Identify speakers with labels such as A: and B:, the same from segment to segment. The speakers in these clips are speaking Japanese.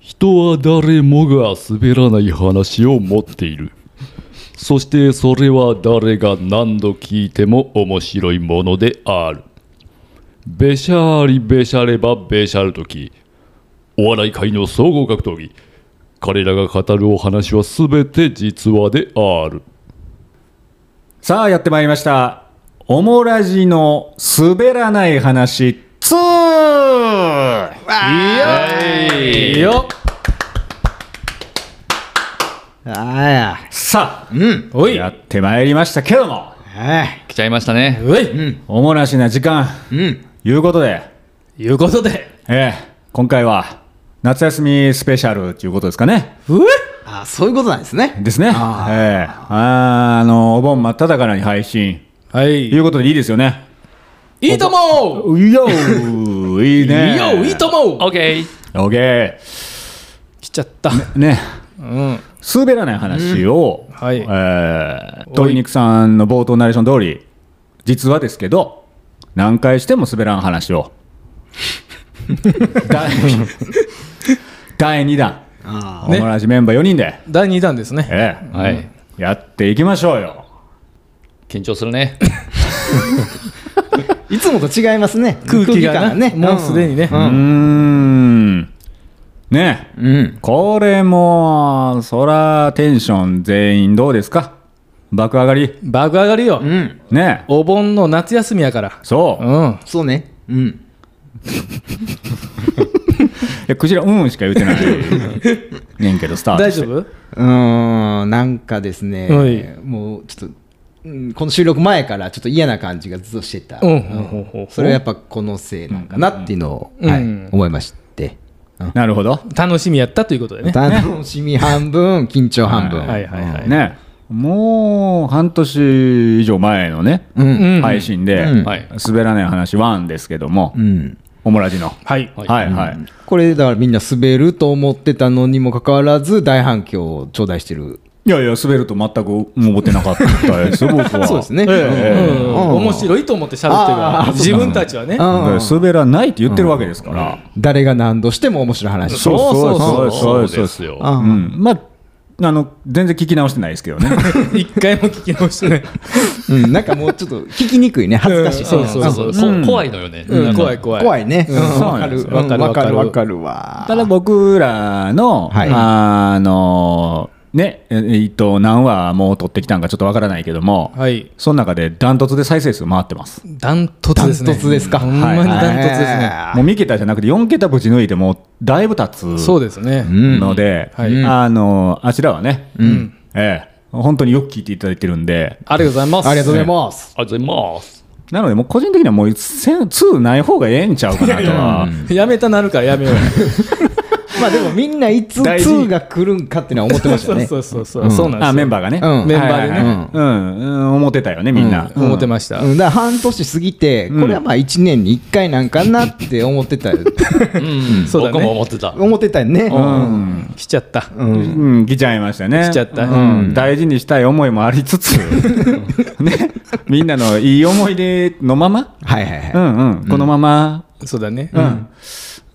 A: 人は誰もが滑らない話を持っているそしてそれは誰が何度聞いても面白いものであるべしゃりべしゃればべしゃるときお笑い界の総合格闘技彼らが語るお話は全て実話である
B: さあやってまいりましたおもらじの滑らない話2いいよいいよ
C: あや。
B: さあ
C: うん。
D: おい
B: やってまいりましたけども
C: はい。
A: 来ちゃいましたね
D: おい
B: おもらしな時間
C: うん。
B: いうことで
D: いうことで。
B: ええ今回は夏休みスペシャルということですかね
D: うえ
C: あ、そういうことなんですね。
B: ですね
C: あ
B: ええあーあのお盆真っ只中に配信
D: は
B: と
D: い。
B: いうことでいいですよね
D: いいとも
B: ういよー いい
D: い
B: ね
D: いよ、いいとも
A: OK
B: オッケ
D: 来ちゃった。
B: ーね
D: うん。
B: 滑らない話を、
D: はい
B: えー、鶏肉さんの冒頭ナレーション通り実はですけど何回しても滑らん話を第第2弾
C: あ
B: おもらじメンバー4人で、
D: 第2弾ですね。
B: ええ
A: はい
B: やっていきましょうよ
A: 緊張するね
C: あ。いつもと違いますね。
D: 空気がな
C: 空気感
D: もうすでにね
C: う
B: うー
C: ん。
B: んねえ
C: うん。
B: これもそらテンション全員どうですか爆上がり
D: 爆上がりよ
C: う。ん。
B: ねえ
D: お盆の夏休みやから。
B: そうう、い
D: ん。
C: そうね。うん。
B: やクジラうんしか言うてないねんけどスタート
D: 大
B: して
D: 丈夫
C: うーん。なんかです
D: はい
C: ね、もうちょっと、うんこの収録前からちょっと嫌な感じがずっとしてた。
D: うん
C: うんそれはやっぱこのせいなんかなっていうのを、
D: うん
C: はい
D: うん
C: 思いまして。
B: なるほど
D: 楽しみやったということでね。
C: 楽しみ半分、緊張半分。
D: はいはいはい。
B: ねもう半年以上前のね、
C: うん。
D: うん
B: 配信で、
C: うん
A: はい
B: 滑らない話1ですけども、
C: うん
B: オムラジの、
D: はい。
A: はい
B: はいはい、
C: これだからみんな滑ると思ってたのにもかかわらず大反響を頂戴してる
B: いやいや滑ると全く思ってなかったですよ僕は
C: そうですね
B: ええ
D: う
B: ええ
D: ん。面白いと思って喋ってるか
C: あー
D: ら、自分たちはね。
C: うん
B: で滑らないって言ってるわけですから、
C: 誰が何度しても面白い話
B: そうそうそうそ
A: そ
B: う
A: う
B: そう
A: ですよ
C: あ
B: うん、まああの全然聞き直してないですけどね
D: 一回も聞き直してない。
C: うんなんかもうちょっと聞きにくいね恥ずかしい
D: そうそうそう
B: そう
A: こ怖いのよね、
D: う
A: なん
D: ん
A: か
D: 怖い怖い。
C: 怖いねうん
B: そう
C: わ
B: な
C: か
B: んで
C: る
B: す
D: よ
C: うん
D: わ
C: わ
D: か
C: か
D: る
C: る
D: わ
C: わ
D: か
C: かるわ
B: ただ僕らの、
C: はい
B: あのねええっと何話もう取ってきたんかちょっとわからないけども、
D: はい。
B: その中でダントツで再生数回ってます。
D: ダントツ
C: ダン
D: ですね。
C: トツですか
D: ほんまにダントツですね。
B: もう3桁じゃなくて4桁ぶち抜いてもうだいぶ経つ
D: そうですね。
B: ので、
D: うんはい
B: あのあちらはね、ええ、本当によく聞いていただいてるんで、
D: ありがとうございます。
C: ありがとうございます
A: ありがとうございます
B: なのでもう個人的にはもうせん2ない方がええんちゃうかなとは。
D: やめたなるからやめようよ。
C: まあでもみんないつ
B: 大事
C: 2が来るんかってのは思ってました
D: そ
C: よ
D: う
C: ね
D: そうそうそう。そうなんですよ。
B: あメンバーがね、
C: うん
D: メンバーで
B: はいはいは
D: ね
B: いうんうん思ってたよねみんな、
D: うん思ってました。
C: うんだから半年過ぎてこれはまあ1年に1回なんかなって思ってたよ
A: うん
D: そうだね
A: 僕も思ってた
C: 思ってたよね
D: 来ちゃった。
B: うん、来ちゃいましたね。
D: 来ちゃった
B: うん、大事にしたい思いもありつつ、ね、みんなのいい思い出のまま、。
C: はいはいはいう
B: んうん、このまま、
D: そうだね。
B: うん、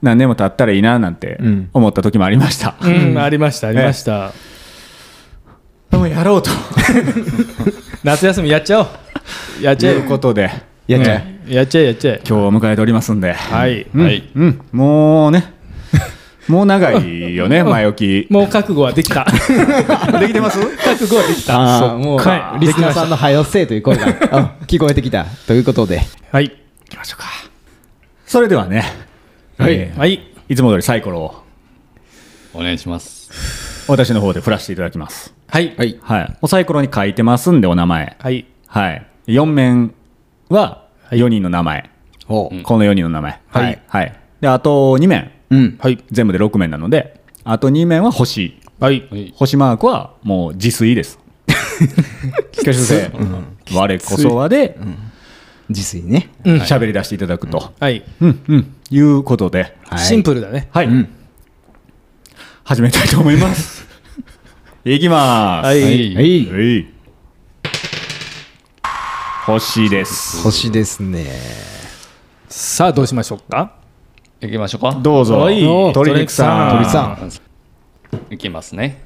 B: 何年も経ったらいいななんて
C: ん
B: 思った時もありました。
D: うん、ありました、ありました。
B: もうやろうと
D: 夏休みやっちゃおう。やっちゃえ
B: いう
D: よ。
B: ことで、
C: やっちゃ
B: ね
C: え
D: やっちゃえ、やっちゃえ。
B: 今日を迎えておりますんで、
D: はい。
B: うん
A: はい
B: うん、もうね、もう長いよね、前置き。
D: もう覚悟はできた。できてます覚悟はできた。
C: ああ、もう、
D: はい
C: リスナーさんのはよせえという声 がうん聞こえてきたということで、
D: はい。
B: それではね、
D: はい。
B: えー
D: はい。
B: いつも通りサイコロを
A: お願いします
B: 私の方で振らせていただきます。
D: はい。
C: はい
B: はい、おサイコロに書いてますんで、お名前。
D: はい。
B: はい、4面は4人の名前、
C: ほう
B: この4人の名前、
C: はい
B: はい、であと2面、
C: うん、
D: はい。
B: 全部で6面なので、あと2面は星、
D: はい。
A: はい
B: 星マークはもう自炊です。しかし 先生、我こそはで
C: 自炊ね。
B: 喋り出していただくと、
D: はい。
B: うんうん、いうことで、
C: はい
D: シンプルだね。
B: はい、始めたいと思います。いきます。
D: はい
C: は、
B: はいい星です。
C: 星ですね。
D: さあ、どうしましょうか
A: 行きましょうか。
B: どうぞ
D: はい
B: 鶏肉さん
D: 鳥
C: さん
A: 行きますね。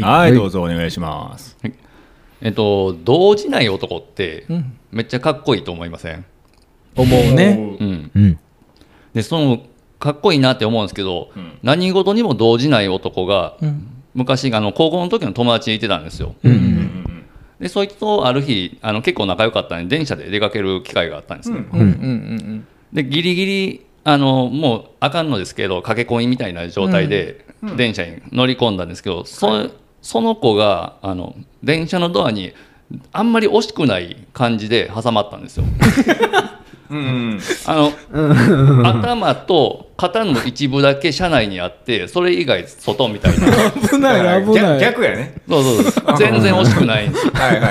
B: はいどうぞお願いします
A: えっと、動じない男って、めっちゃかっこいいと思いません、
D: 思うね
A: うん、
C: うん
A: で、その、かっこいいなって思うんですけど、何事にも動じない男が、昔、あの、高校の時の友達いてたんですよ。で、そいつとある日、あの、結構仲良かったんで、電車で出かける機会があったんですね。
C: うんうん
A: でギリギリあのもうあかんのですけど駆け込みみたいな状態で電車に乗り込んだんですけど、そその子があの電車のドアにあんまり惜しくない感じで挟まったんですよ。
B: うん
A: あの頭と肩の一部だけ車内にあってそれ以外外みたいな
C: 危ない危ない
B: 逆やね
A: そうそうそう全然惜しくないんですよ
B: はいは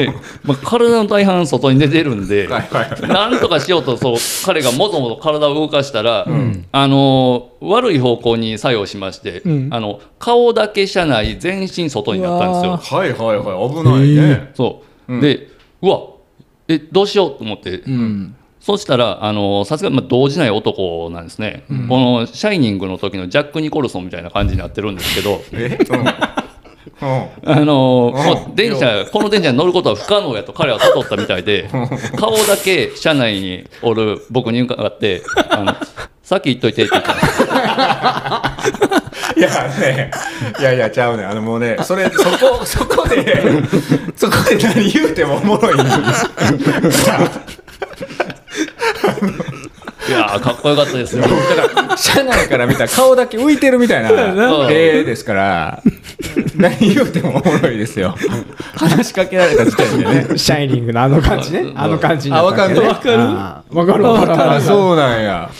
B: い
A: で、まあ、体の大半外に出てるんで、
B: はいはい
A: なんとかしようとそう彼がもぞもぞ体を動かしたら、あのー悪い方向に作用しまして、あの顔だけ車内全身外になったんです
C: う
A: よ
C: わ。
B: はいはいはい危ないね
A: そうでうわえどうしようと思って、そしたらあのーさすがにまあ動じない男なんですね、この「シャイニング」の時のジャック・ニコルソンみたいな感じになってるんですけど
B: えうんうん
A: あのー
B: うん
A: もう電車この電車に乗ることは不可能やと彼は悟ったみたいで顔だけ車内におる僕に向かってあの「さっき言っといて」って言ったんです
B: いやね、いやいや、ちゃうね。あのもうね、それ、そこ、そこで、そこで何言うてもおもろいのに。
A: いやーかっこよかったですよ。
B: だから、車内から見たら顔だけ浮いてるみたいな、絵ですから、何言うてもおもろいですよ。話しかけられた時点でね。
C: シャイニングのあの感じね。あの感じになった
B: あわか
C: けねあーわかるわかる
B: あ、そうなんや。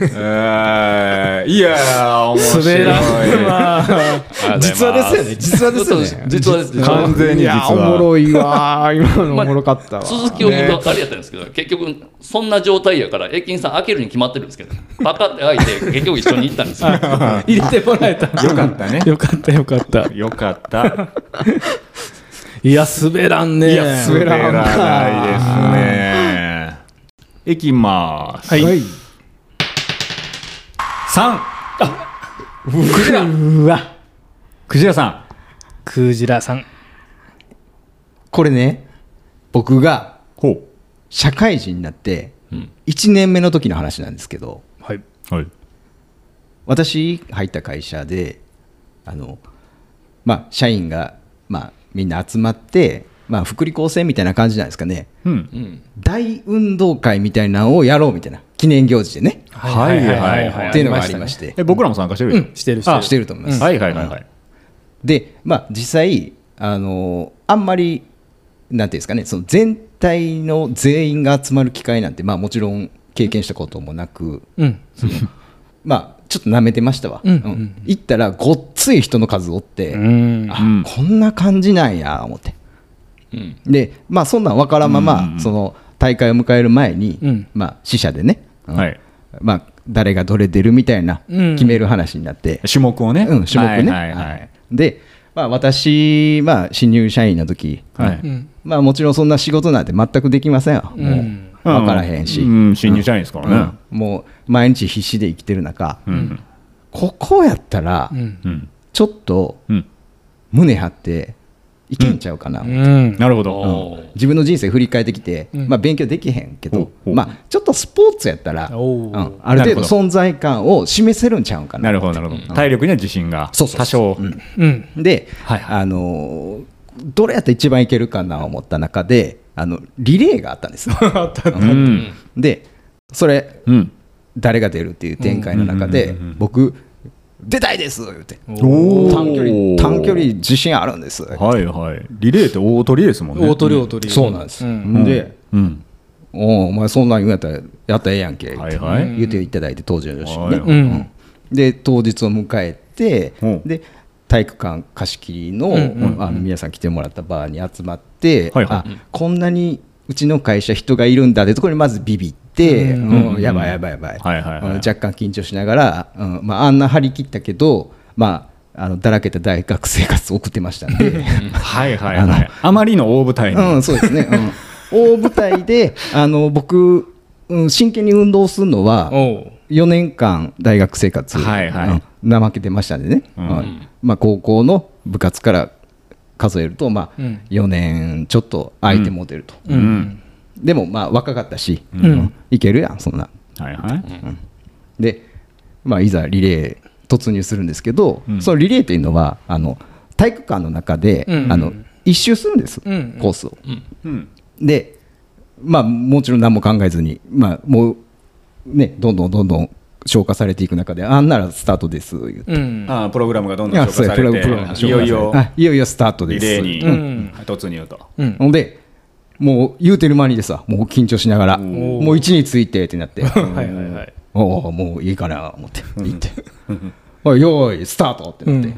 B: えー、いやー、面
D: 滑らん
B: 白い。
D: わ
C: 実話ですよね。実話です
A: そ
C: よ
A: う
C: ね。
A: 実話ですね
B: 完全に
C: い
B: 実
C: や、
B: は。
C: おもろいわー。今のおもろかったわ。
A: 続きを言うとあれやったんですけど、結局そんな状態やから駅員さん開けるに決まってるんですけどパカって開いて結局一緒に行ったんですよ
D: 入れてもらえた
B: よかったね。
D: よかったよかった
B: よかった。
D: いや滑らんね
C: いや
B: 滑
C: 滑
B: ら
C: らんな
B: ないですね。いきます。
D: はい
C: はい。
B: 三。クジラ。
D: うわ
B: クジラさん。
D: クジラさん
C: これね、僕が
B: ほ
C: 社会人になって
A: うん、
C: 1年目の時の話なんですけど、
D: はい、
B: う。はい。
C: 私入った会社であの、まあ、社員が、まあ、みんな集まって、まあ、福利厚生みたいな感じじゃないですかね
B: うん。
A: うん
C: 大運動会みたいなのをやろうみたいな記念行事でね、
B: はいはいはい。
C: っていうのがありまし
D: ね
C: て
B: え、僕らも参加してるよ。
D: してる
C: あして
D: る
C: ると思います、
B: はいはいはいはい。
C: で、まあ、実際あのあんまりなんていうんですかねその全体の全員が集まる機会なんて、まあ、もちろん経験したこともなく、
D: うん
C: まあ、ちょっと舐めてましたわ、
D: うん
C: 行ったらごっつい人の数おって、
D: うん
C: あ
B: うん
C: こんな感じなんや思って
A: うん
C: でまあそんなん分からんまま、その大会を迎える前に、
D: うん
C: まあ死者でね、うん
B: はい
C: まあ誰がどれ出るみたいな
D: うん
C: 決める話になって、
B: 種目をね。
C: うん種目ね、
B: はいはいはい。
C: で、まあ、私、まあ、新入社員の時、
B: は
D: う
B: い。
D: ん
C: まあもちろんそんな仕事なんて全くできませんよ、
D: う
C: もうん分からへんし、
B: うん、新入社員ですからね。
C: もう毎日必死で生きてる中、
B: うん。
C: ここやったら
D: うん
B: うん。
C: ちょっと
B: うん。
C: 胸張っていけんちゃうかな、
D: うん
B: なるほど。
A: おー
C: 自分の人生振り返ってきて、
D: うん
C: まあ、勉強できへんけど、
B: ほう
C: まあ、ちょっとスポーツやったら、
D: お
C: う
D: ー
C: んある程度
B: なるほ
C: 存在感を示せるんちゃうんか
B: な
C: な。
B: るほど、なるほど。体力には自信が。
C: そうそう
B: 多少。
D: うん
C: で、
B: はいは
C: あのーどれやったら一番いけるかなと思った中であのリレーがあった んです。
B: うん。
C: でそれ
B: うん。
C: 誰が出るっていう展開の中で僕出たいですって
B: おー
C: 短距離短距離自信あるんです。
B: はいはい。リレーって大鳥ですもんね。
D: 大鳥大鳥
C: そうなんです。
D: うん
C: で、
B: うん。
C: おうお前そんなん言うんやったらやったらええやんけ、
B: はいはい
C: 言っていただいて当時の女子にね、
B: は
D: う
B: い
D: ん
C: で当日を迎えて、
B: うん
C: で体育館貸し切りの,、あの皆さん来てもらったバーに集まって、
B: はいはい
C: あこんなにうちの会社人がいるんだってところにまずビビって、うんやばいやばいやばい,、
B: はいはいはい
C: うん若干緊張しながら、うんまあ、あんな張り切ったけど、まあ、あのだらけた大学生活を送ってました んで。
B: はいはいはい。あまりの大舞台に。
C: うん、そうですね。うん、大舞台で、あの、僕、うん、真剣に運動するのは
D: おう
C: 4年間大学生活、
B: はいはい
C: うん怠けてましたんでね、
B: うん
C: はいまあ、高校の部活から数えると、まあ
D: うん
C: 4年ちょっと空いてモデルと、
D: うん
C: でもまあ若かったし、
D: うん
C: いけるやんそんな
B: はいはい
C: で、まあ、いざリレー突入するんですけど、
B: うん
C: そのリレーというのはあの体育館の中で、
D: うん
C: あの一周するんです、
D: うん
C: コースを。
B: うん
C: で、まあ、もちろん何も考えずに、まあ、もう、ね、どんどんどんどん消化されていく中で、あんならスタートです、言って。
D: うん
B: あープログラムがどん
C: い
B: どん
C: や
B: 消
C: そう
B: 化さ
C: やプ
B: れ
C: ログ
B: て
C: ラムが消
B: い
C: 化
B: よ
C: され
B: い
C: て
B: よ
C: あいよいよスタートで
B: リ
C: す。
B: レーに
D: うん
B: 突入と
D: うん
C: ほんで、もう言うてる間にでさ、もう緊張しながら、もう1についてって なって、
D: はいはいはい
C: おお、もういいかな、思って、行って、おい、よーい、スタートってなって、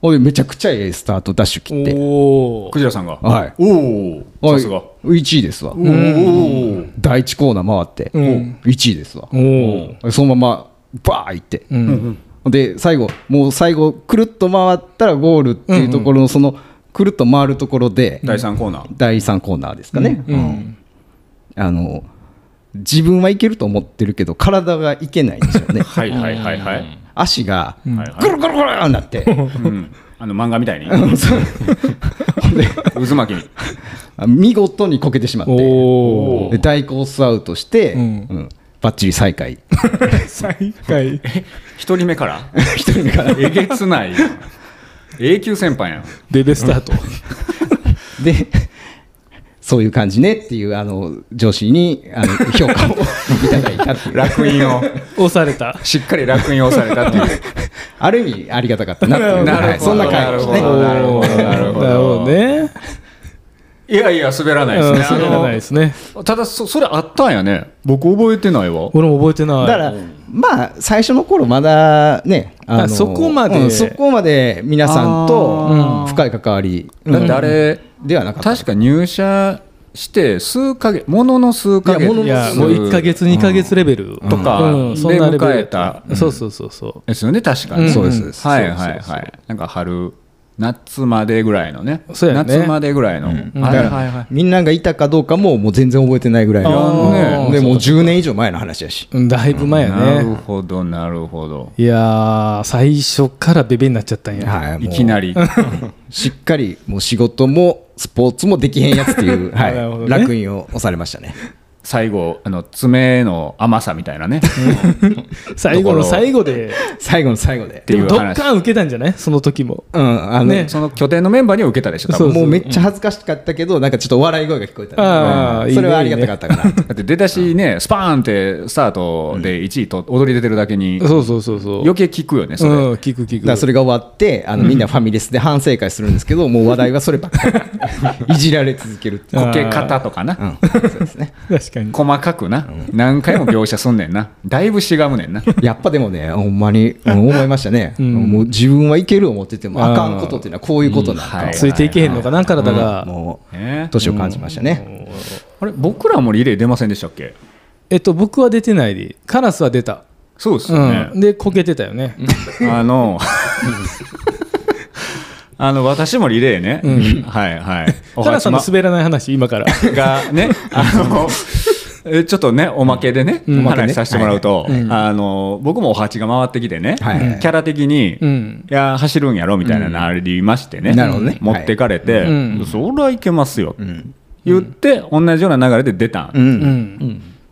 C: ほんで、めちゃくちゃええスタートダッシュ切って、
D: おお
B: クジラさんが
C: はい
B: おお
C: お
B: さ
C: い、
B: すが
C: 1位ですわ。
B: おー
C: 第1コーナー回って、
D: うん
C: 1位ですわ。
D: おお
C: そのままバー行って、
D: うん
C: で最後もう最後くるっと回ったらゴールっていうところのそのくるっと回るところで、
B: 第3コーナー
C: 第3コーナーですかね、
D: う
C: うん
D: ん
C: あの自分はいけると思ってるけど体がいけないんですよね
B: はいはいはいはい
C: 足が
B: ん
C: ゴロゴロゴロなって、
B: うんあの漫画みたいに
C: そう
B: 渦巻きに
C: 見事にこけてしまって
D: おお
C: で大コースアウトして、
D: うん
C: うんバッチリ最下位
D: 最下 位
B: 一人目から
C: 一人目から
B: えげつないやん永久戦犯やん
D: ででスタート
C: で、そういう感じねっていうあの上司にあの評価をいただいたっていう、
B: 楽印を
D: 押された
B: しっかり楽印をされたっていう
C: ある意味ありがたかったなっていう、
B: なるほど
C: はいそんな感じで
B: なるほど
C: すね。
B: ほどなるほど
D: なるほどね
B: いやいや滑らないです
D: うん
B: ね
D: それはないですね
B: あのただそそれあったんやね僕覚えてないわ
D: 俺も覚えてない
C: だから、まあ、最初の頃まだね、
D: あそこまで
C: うんそこまで皆さん
B: あ
C: と
B: ー
C: 深い関わり
B: だってあれ
C: ではなかった。
B: 確か入社して数か月ものの数か
C: いやもの
B: 月
D: い
C: の
D: やもう1か月2か月レベル
B: とか
D: うんそんなレベル
B: で迎えた
D: そうそうそうそう
B: ですよね確か
D: うん
B: に
D: そうです
C: そうです
B: はいはい
C: そうそう
B: は
C: そう
B: いなんか春夏までぐらいのね
D: そうやね
B: 夏までぐらいの
D: ん
B: あれ
D: だからはいはい
C: みんながいたかどうかももう全然覚えてないぐらいの、
B: あーね
C: でもう10年以上前の話やし、
D: うんだいぶ前
B: な
D: や
B: る
D: ね
B: ほどなるほど
D: いやー最初からベベになっちゃったんや
C: はい、も
B: いうきなり
C: しっかりもう仕事もスポーツもできへんやつっていう、は
D: なるほど
C: い、
D: ね
C: 楽印を押されましたね。
B: 最後あの爪の甘さみたいなね
D: 最後の最後で
C: 最後の最後で。
B: ていう話
D: ドッカン受けたんじゃないその時も
C: うん、あの、
D: ね
B: その拠点のメンバーには受けたでしょ多
D: そう
B: 分
C: もうめっちゃ恥ずかしかったけど、なんかちょっと笑い声が聞こえたね、
D: ああ
C: うん
D: いいね
C: それはありがたかったかな。
B: だって出だしねスパーンってスタートで1位と踊り出てるだけに
D: そうそうそうそう
B: 余計効くよねそれ
D: うん聞く聞
C: だから
D: く
C: それが終わって、あのみんなファミレスで反省会するんですけど、もう話題はそればっかり、いじられ続けるっていう。
B: こけ方とかな
C: うん、そうですね。
D: 確かに
B: 細かくな何回も描写すんねんなだいぶしがむねんな
C: やっぱでもね、ほんまに、うん思いましたね、
D: うん
C: もう自分はいける思ってても、あかんことっていうのはこういうことなん
B: うんは
C: だ
B: い
D: ついていけへんのかな体が
C: も
B: ね
C: う、年を感じましたね。
B: あれ僕らもリレー出ませんでしたっけ
D: えっと僕は出てないでカラスは出た
B: そうですよね
D: うん、でこけてたよね
B: あ のあの私もリレーね、はい はい
D: カラスの
B: おはち
D: 滑らない話今から
B: まがねあのえちょっとねおまけでね、
D: うん
B: お話しさせてもらうと、
D: うん
B: あの僕もお鉢が回ってきてね、
C: はい
B: キャラ的に、
D: うん
B: いや走るんやろみたいなのありましてね,、
C: うんなるほどね
B: 持ってかれて、
D: いうん
B: そりゃいけますよ、
C: うん
B: 言って同じような流れで出たん
C: う、、
D: うん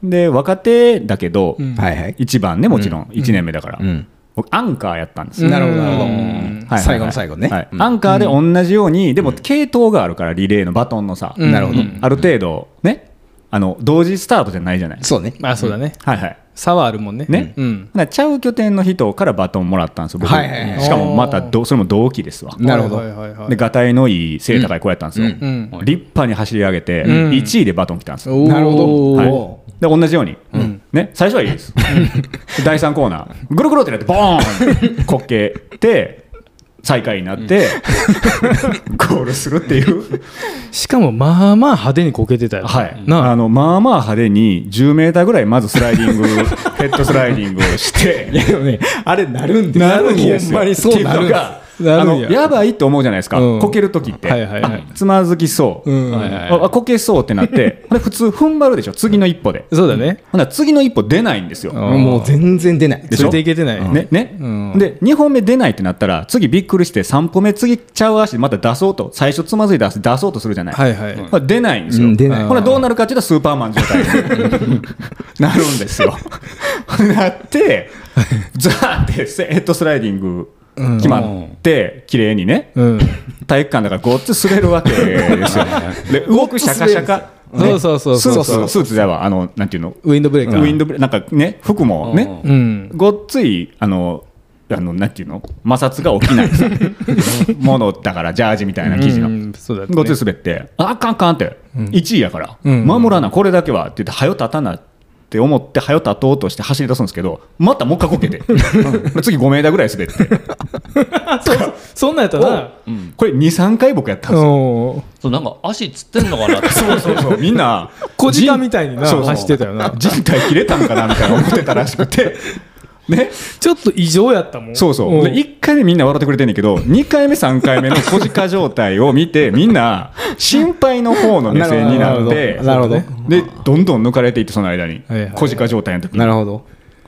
D: ん
B: で若手だけど、
D: うん
C: はいはい。
B: 一番ねもちろん、一1年目だから、
C: うん
B: 僕アンカーやったんですよ
D: うん
C: なるほど、なるほど
D: うん
C: うん
B: はいはいはい
C: 最後の最後ね。
B: はい
C: うん
B: アンカーで同じように、でも系統があるからリレーのバトンのさ、
D: うん
C: なるほど
D: うん
B: ある程度ねあの同時スタートじゃないじゃない
C: そうね。
D: まあそうだね
B: はいはい
D: 差はあるもんね
B: ね
D: うん
B: だからちゃう拠点の人からバトンもらったんですよ僕、
C: はいはいはい
B: しかもまたどそれも同期ですわ
C: なるほど
D: はいはいはいは
B: で
D: い
B: がたいのいい背高い子やったんですよ、
D: うん
B: 立派に走り上げて、
D: ん
B: 1位でバトン来たんですよ、
D: おー
C: なるほど
B: はい
C: お
B: で同じように、ね、最初はいいです第3コーナーぐるぐるってなってボーンこけて最下位になって、ゴールするっていう
D: しかもまあまあ派手にこけてたよ
B: はい、
D: な
B: あのまあまあ派手に10メーターぐらいまずスライディング ヘッドスライディングをして
C: でもね、あれなるんです
B: なるんですよ
C: ほんまにそうなるん
B: っていうのが
D: な
B: あ
D: る
B: の
D: んや
B: やばいって思うじゃないですか、
D: うん
B: こけるときって、
D: はいはいはい
B: あつまずきそう、
D: うん
A: はいはい
B: ああこけそうってなって、 これ普通、踏ん張るでしょ、次の一歩で。
D: そうだね
B: ほんなら次の一歩出ないんですよ。
D: うん
C: もう全然出ない
B: でし
D: つ
B: ょ
D: いていけてない、
B: ねね
D: うん
B: で2本目出ないってなったら次びっくりして3歩目次ちゃう足でまた出そうと最初つまずいた足出そうとするじゃない、
D: はいはい、
B: これ出ないんですよ、
C: うん出ない
B: これどうなるかっていうとスーパーマン状態に なるんですよ なってザーってせヘッドスライディング決まって綺麗にね
D: うん、
B: 体育館だからごっつ滑るわけ ですよで動くシャカシャカ、
D: そうそうそう
B: スー
D: そう
B: ツスーツではあのなんていうの
D: ウィンドブレー
B: ウ
D: カー
B: ィンドブレなんかね服もね、
D: うん
B: ごっついあのあのなんていうの摩擦が起きないさ ものだからジャージみたいな生地の、
D: うんそうだね
B: ごっつい滑ってああかんあかんって、1位やから、
D: うん
B: 守らなこれだけはって言ってはよ立たなって思ってはよ立とうとして走り出すんですけどまたもう一回こけて、次5メーターぐらい滑って、
D: そうそんなんやったら
B: これ23回僕やったん
D: な
B: ですよ、
D: おー
A: そうなんか足つってんのかなってそうそう
B: そうみんな
D: 小鹿みたいにな
B: そうそう
D: 走ってたよ な
B: 人体切れたんかなみたいな思ってたらしくてね
D: ちょっと異常やったもん
B: そうそ
D: ん
B: う。で、1回目みんな笑ってくれてんねんけど、2回目、3回目の小鹿状態を見て、みんな、心配の方の目線になって、
D: なるほどなる
B: で、どんどん抜かれていって、その間に
D: はいはい。
B: 小鹿状態の時
C: なるほど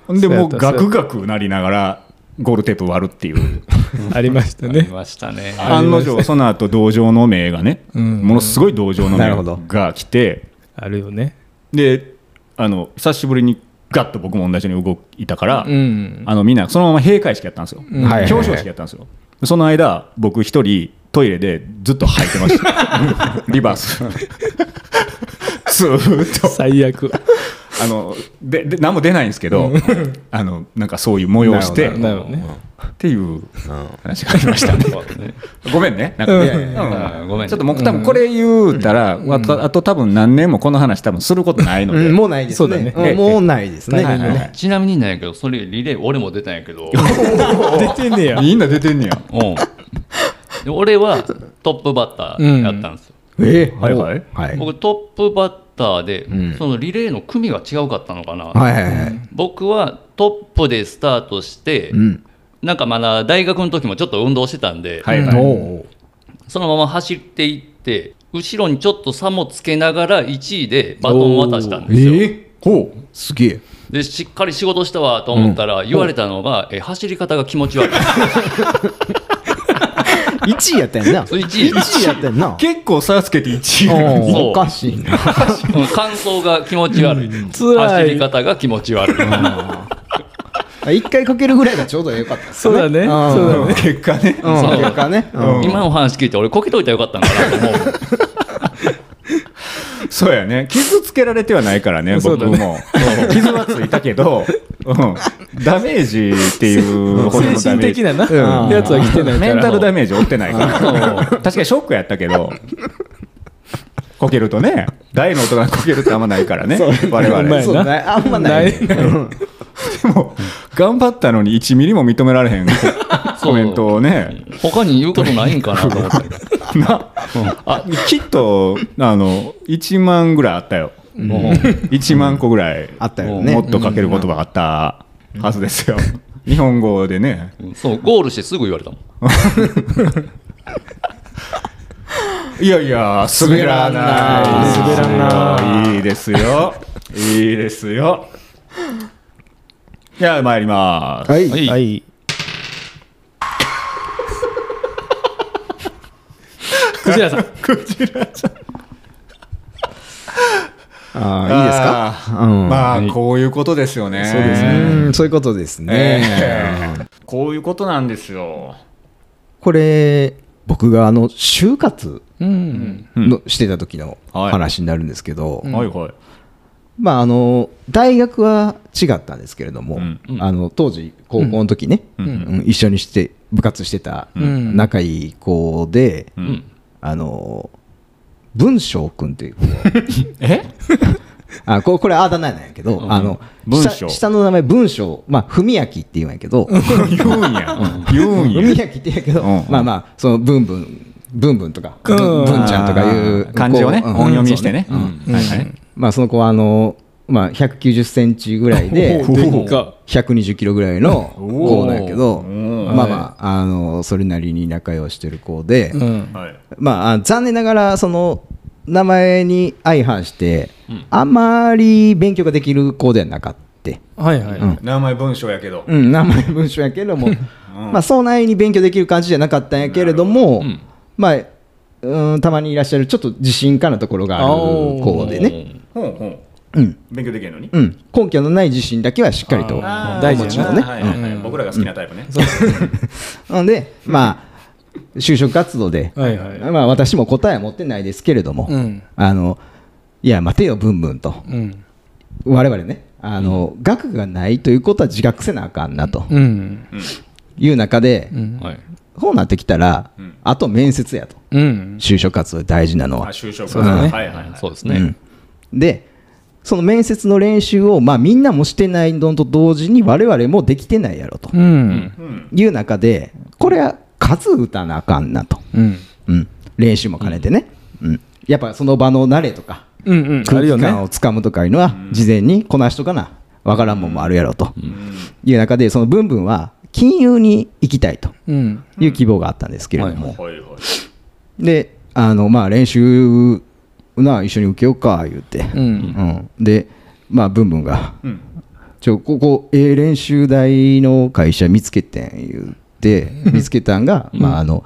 B: に。で、もう
D: そうや
B: ガ
D: った
B: クガクなりながら、ゴールテープ割るっていう。
D: ありました
A: あり
D: ね
A: ましたね
B: 案の定、その後、同情の名がね、
D: うん
B: ものすごい同情の
C: なるほど
B: 名が来て、
D: あるよね
B: で、あの、久しぶりにガッと僕も同じように動いたから、
D: うん
B: あのみんなそのまま閉会式やったんですよ、
D: んはいはいはい
B: 表彰式やったんですよその間僕一人トイレでずっと吐いてました リバース ずーっと
D: 最悪
B: あのでで何も出ないんですけどあのなんかそういう催して
D: なるほどね
B: っていう話がありましたね ごめんねなんか
D: うん
B: いやいやいや
A: うんごめん
B: ちょっと僕多分これ言うたら、あとあと多分何年もこの話多分することないので、
C: うんもうないです
D: そうだね
C: ねうんもうないですね
B: はいはい
A: ちなみになんやけどそれリレー俺も出たんやけど
D: 出てねえや
B: みんな出てんねや
A: うんで俺はトップバッターやったんですよ、
C: えー
B: はいはい
C: はい
A: 僕トップバッターで、
C: ん
A: そのリレーの組が違うかったのかな、
C: はいはいはい
A: 僕はトップでスタートして、
C: うん
A: なんかまだ大学の時もちょっと運動してたんで、
B: はいはい、
C: おう
A: そのまま走っていって後ろにちょっと差もつけながら1位でバトン渡したん
C: え
A: ですよ、
C: ーほうすげえ
A: でしっかり仕事したわと思ったら、言われたのが、え走り方が気持ち悪い
C: 1位やったやんな
A: そう一位
C: 1位やったやんな
B: 結構差つけて1位
C: お
A: そう
C: うおかしいな
A: うん感想が気持ち悪い
D: 辛い
A: 走り方が気持ち悪い
C: 1回かけるぐらいがちょうどよかったです
D: そうだね
C: あー
D: そうだね
B: 結果ね、
C: うん
A: そう
C: 結果ねうん
A: 今の話聞いて俺こけといたらよかったんかなと思う
B: そうやね傷つけられてはないからね
D: そう
B: 僕
D: だ
B: も、
D: ね
B: うん傷はついたけど、うん、ダメージっていうほどの
D: 精
B: ダ
D: 神
B: メージ
D: 的なな、
C: うん
D: やつは来てないか
B: メ
D: ら
B: ンタルダメージ負ってないから確かにショックやったけどこけるとね大の大人がこけるってあんまないからね我
D: お
B: 々
D: 前
B: で
C: そうねあんまない
D: ないない
B: も頑張ったのに1ミリも認められへんコメントをね
A: 他に言うことないんかなと思って
B: なあきっとあの1万ぐらいあったよ、1万個ぐらい
C: あったよね
B: もっとかける言葉があったはずですよ、日本語でね
A: うんそうゴールしてすぐ言われたもん
B: いやいや滑らない
D: 滑ら
B: ないいですよいいですよじゃあ参ります、
C: はい
A: はい
D: いクジラさん
C: あーいいですか
B: あー
C: うん
B: まあこういうことですよねそうです
C: うんそういうことですね、
B: こういうことなんですよ
C: これ僕があの就活
D: うん
C: のしてた時の
B: はい
C: 話になるんですけど、
B: はいはい
C: まあ、あの大学は違ったんですけれども、
B: うん
C: あの当時高校の時ね、
B: うん
C: うん一緒にして部活してた
D: うん
C: 仲いい子で、
B: う
A: うんん
C: あの文章君っていう子
B: え
C: あここれあだ名なんやけど、
A: うん
C: あの
B: 文章
C: 下下の名前文章、まあ、文明って言うんやけど
B: 言うんや言うん
C: 海
B: や
C: 焼きって言うけど、
B: うん
C: まあまあそのブンブンブンブンとか、
D: うん
C: ブンブンちゃんとかい
B: あ
C: う
B: ー漢字をね
C: こううん
B: 音読みしてね
C: そう
B: うんはいはい
C: まあその子はあのまあ、190センチぐらい で
D: おーでっか
C: 120キロぐらいの
A: おー
C: 子なんやけど、
A: うん
C: まあまああのそれなりに仲良してる子で、
D: うん。
A: はい
C: まああ残念ながらその名前に相反して、あまり勉強ができる子ではなかった、
D: はいはい。
C: うん
B: 名前文章やけど、
C: うん、名前文章やけれども、まあそんなに勉強できる感じじゃなかったんやけれども
A: なるほどうん
C: まあうんたまにいらっしゃるちょっと自信家なところがある子でね、
B: ほんほん
C: うん
B: 勉強できるのに、
C: うん、根拠のない自信だけはしっかりと
B: あー
D: 大
C: 事やな
B: もちろんはいはいはい
D: うん
B: 僕らが好きなタイプね、
D: そうそう
C: なので、まあ、就職活動で、
D: はいはい。
C: まあ、私も答えは持ってないですけれども、
D: うん。
C: あのいや、待てよ、ブンブンと、
D: うん。
C: 我々ね、あの学がないということは自覚せなあかんなと
D: うん。
C: いう中で、
D: うん。
A: はい
C: こうなってきたら、
B: うん
C: あと面接やと、
D: うん。
C: 就職活動で大事なの
B: あ
C: は。
B: 就職
D: そうだ
B: は
D: ね
B: いはいはい
A: そうです
C: う
A: ね
C: んでその面接の練習を、まあ、みんなもしてないのと同時に我々もできてないやろと
D: うん。
B: うん
C: いう中でこれは数打たなあかんなと
D: うん。
C: うん、練習も兼ねてね、うんやっぱその場の慣れとか
D: うん。うん。あ
C: 空
D: る
C: 気
D: よ
C: 感
D: ね。
C: をつかむとかいうのは事前にこなしとかなわからんもんもあるやろという中でそのブンブンは金融に行きたいと
D: うん。
C: いう希望があったんですけれども、
B: はいはい
C: であのまあ練習な一緒に受けようか言うて、
D: う
C: うん
D: ん。
C: でまあブンブンが
B: うん
C: ちょここええ練習台の会社見つけてん言って見つけたんが、まあ、あの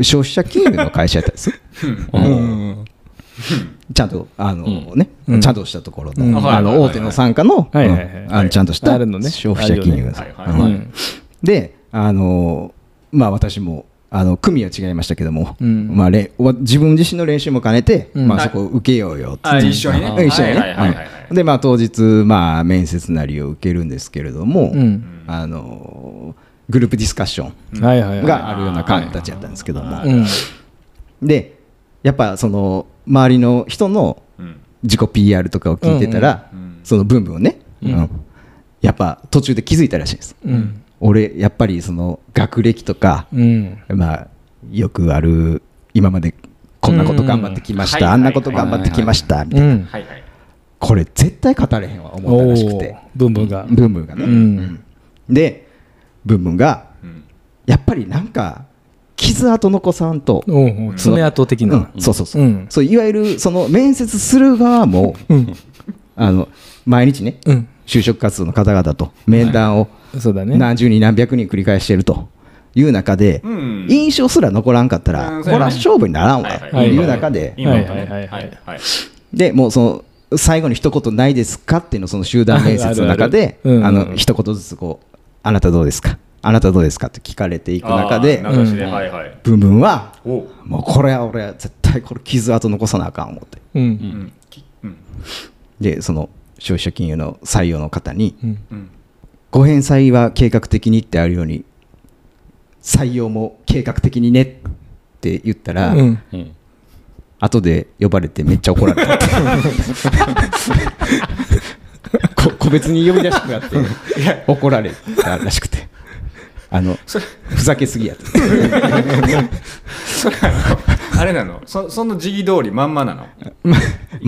C: 消費者金融の会社やったんです
D: うん。
C: ちゃんとあの、
A: う
C: ね
D: うん
C: ちゃんとしたところの,、
D: うん
B: は
C: あ
B: いはいはい
C: の
B: はい
C: 大手の傘下の,うん、
D: はいはいはい
C: あのちゃんとした
D: あるのね
C: 消費者金融の
B: あるよねはい
C: うん
B: は
C: であのまあ私もあの組は違いましたけども、
D: うん
C: まあ、れんわ自分自身の練習も兼ねて、
D: うん
C: まあ、そこを受けようよって
B: あ一緒にね
C: うん一緒に
B: はい
C: ね
B: はいはいはい
C: うんでまあ当日、まあ、面接なりを受けるんですけれども、
D: うん。
C: あのグループディスカッション
D: はいはいはい。
C: があるような形やったんですけども、
D: うん。
C: でやっぱその周りの人の
B: うん
C: 自己 PR とかを聞いてたら、
B: うんうん
C: そのブンブンをね、
D: うん
C: うんやっぱ途中で気づいたらしいんです、
D: うん。
C: 俺やっぱりその学歴とか、
D: うん。
C: まあよくある今までこんなこと頑張ってきました、
B: うん
C: あんなこと頑張ってきましたみたいな、
D: うん。
B: はいはい
C: これ絶対語れへんわ思っ
D: お
C: た
D: お
C: らしくて
D: ー。ブンブンが。
C: ブンブンがね、
D: うん。
C: でブンブンが
B: うん
C: やっぱりなんか傷跡残さんと、
D: おうおう爪痕的な。
C: うんそうそうそう,、
D: うん
C: そういわゆるその面接する側も
D: うん。
C: あの毎日ね、
D: うん。
C: 就職活動の方々と面談を
D: そうだね。
C: 何十人何百人繰り返してるという中で、
B: うん
C: 印象すら残らんかった
B: う
C: ら、
B: ん
C: こ
B: そうや
C: れ
B: ね
C: は勝負にならんわ
B: はいはい
C: という中で、
B: 今のね
D: はいはいはい
B: はい
C: でもうその最後に一言ないですかっていうのをその集団面接の中で、
D: あるあるうん
C: あの一言ずつこう、あなたどうですか、あなたどうですかって聞かれていく中で、
B: あー流しではいはい
C: ブンブンは、
B: おう
C: もうこれは俺は絶対これ傷跡残さなあかん思って、
D: う。
B: うんんきうん
C: で、その消費者金融の採用の方に、
D: うん。
B: うん
C: ご返済は計画的にってあるように採用も計画的にねって言ったら、
D: うん。
A: うん
C: 後で呼ばれてめっちゃ怒られた こ個別に呼び出してもらって怒られたらしくてあのふざけす ぎやと
B: それあのあれなのそその時期通りまんまなの
C: ま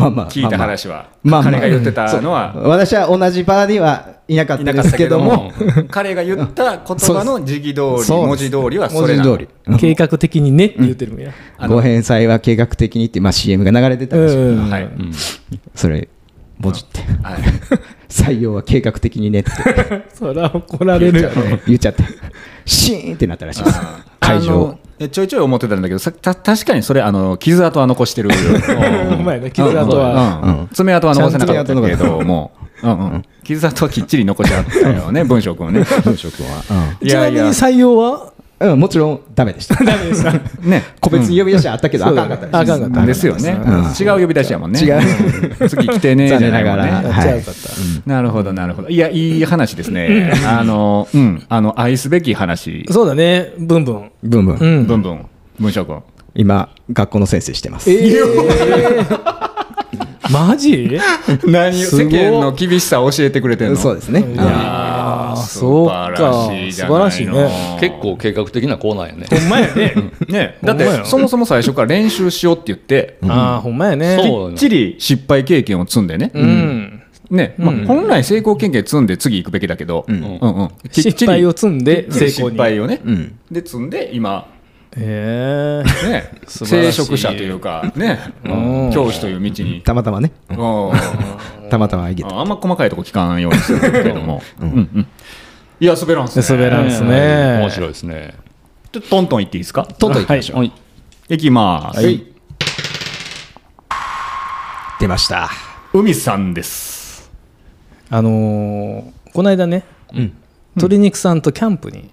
C: あまあ
B: 聞いた話は
C: まあまあ
B: 彼が言ってたのは
C: 私は同じ場にはいなかった
B: いなか
C: で
B: った
C: す
B: け
C: け
B: ど
C: ど
B: も
C: も
B: 彼が言った言葉の時期通り
C: そう
B: 文字通りはそ
C: 文
B: れ
C: 字
B: な
C: 通り
D: 計画的にねって言ってるもんや。
B: あの
C: ご返済は計画的にって、まあ、CM が流れてた
D: うん
C: ですけど、
D: ん。
B: はい
C: それ文字 って
B: はい
C: 採用は計画的にねって
D: そら怒られるよね。
C: 言っちゃって、シーンってなったらしいです、会
B: あ
C: 場
B: の。えちょいちょい思ってたんだけどさた確かにそれあの傷跡は残してる
D: お前ね、傷跡は。
B: うんうん爪痕は残せなかったけ
C: ちゃんと爪痕
B: どもう、うんうん、傷跡はきっちり残しちゃったよ ね文章君はね
C: 文章君は、
B: い
D: ちな
B: やい
D: みに
B: や
D: 採用は
C: うん、もちろんダメでした。
D: ダメでした。
B: ね
C: 個別に呼び出しはあったけど、
D: う
C: あ
D: ん
C: かんかった
D: あかんかった
B: ですよね、
C: うん
B: 違う呼び出しやもんね
C: 違
B: う次来てね
C: 残
B: じゃ
C: 念
B: な
C: ない
B: も
C: が
B: ん
C: ら、
B: ね
C: は
D: やっ
C: い
D: ちゃうかっ
B: なるほど、なるほど。いや、いい話ですね。あの、うん、あの、愛すべき話
D: た。。そうだね、ブンブン。
C: ブンブ
D: う
C: ン、
D: ん。
B: ぶんぶん、文章君。
C: 今、学校の先生してます。
D: マジ
B: 何
D: を
B: 世間
D: すご
B: の厳しさを教えてくれてるの
C: そうですね。
D: や
C: あ
D: あー
B: 素
D: そう
B: 晴
D: か
B: し
D: ら
B: いじゃないの
D: 素晴らしいね
A: 結構計画的なコーナーやね
D: ほんまやね。
B: ね、
D: ほ
B: だっ
D: んま
B: て
D: よ
B: そもそも最初から練習しようって言って、
D: ああ、ほんまやね。
A: そう
B: きっちり失敗経験を積んでね、
D: うん。
B: ね、まあ本来成功経験積んで次行くべきだけど、
C: うん
B: うんうんきっちり
D: 失敗を積んで成功に
B: 失敗をね、
C: うん
B: で積んで今
D: へえ
B: ね
D: 素晴
B: 聖
D: らしい
B: 職者というかね、
D: うん
B: 教師という道に、
C: たまたまね
B: うん
C: たまたまあげた
B: あんま細かいとこ聞かないようにするけども、うんうんいや滑らんすね
D: 滑らんっすね
A: 面白いですね。
B: ちょっとトントン行っていいですか
C: とんといきましょう、
A: はい。
B: いきます、
C: はい出ました
B: 海さんです
D: あのーこの間ね
C: うん
D: 鶏肉さんとキャンプに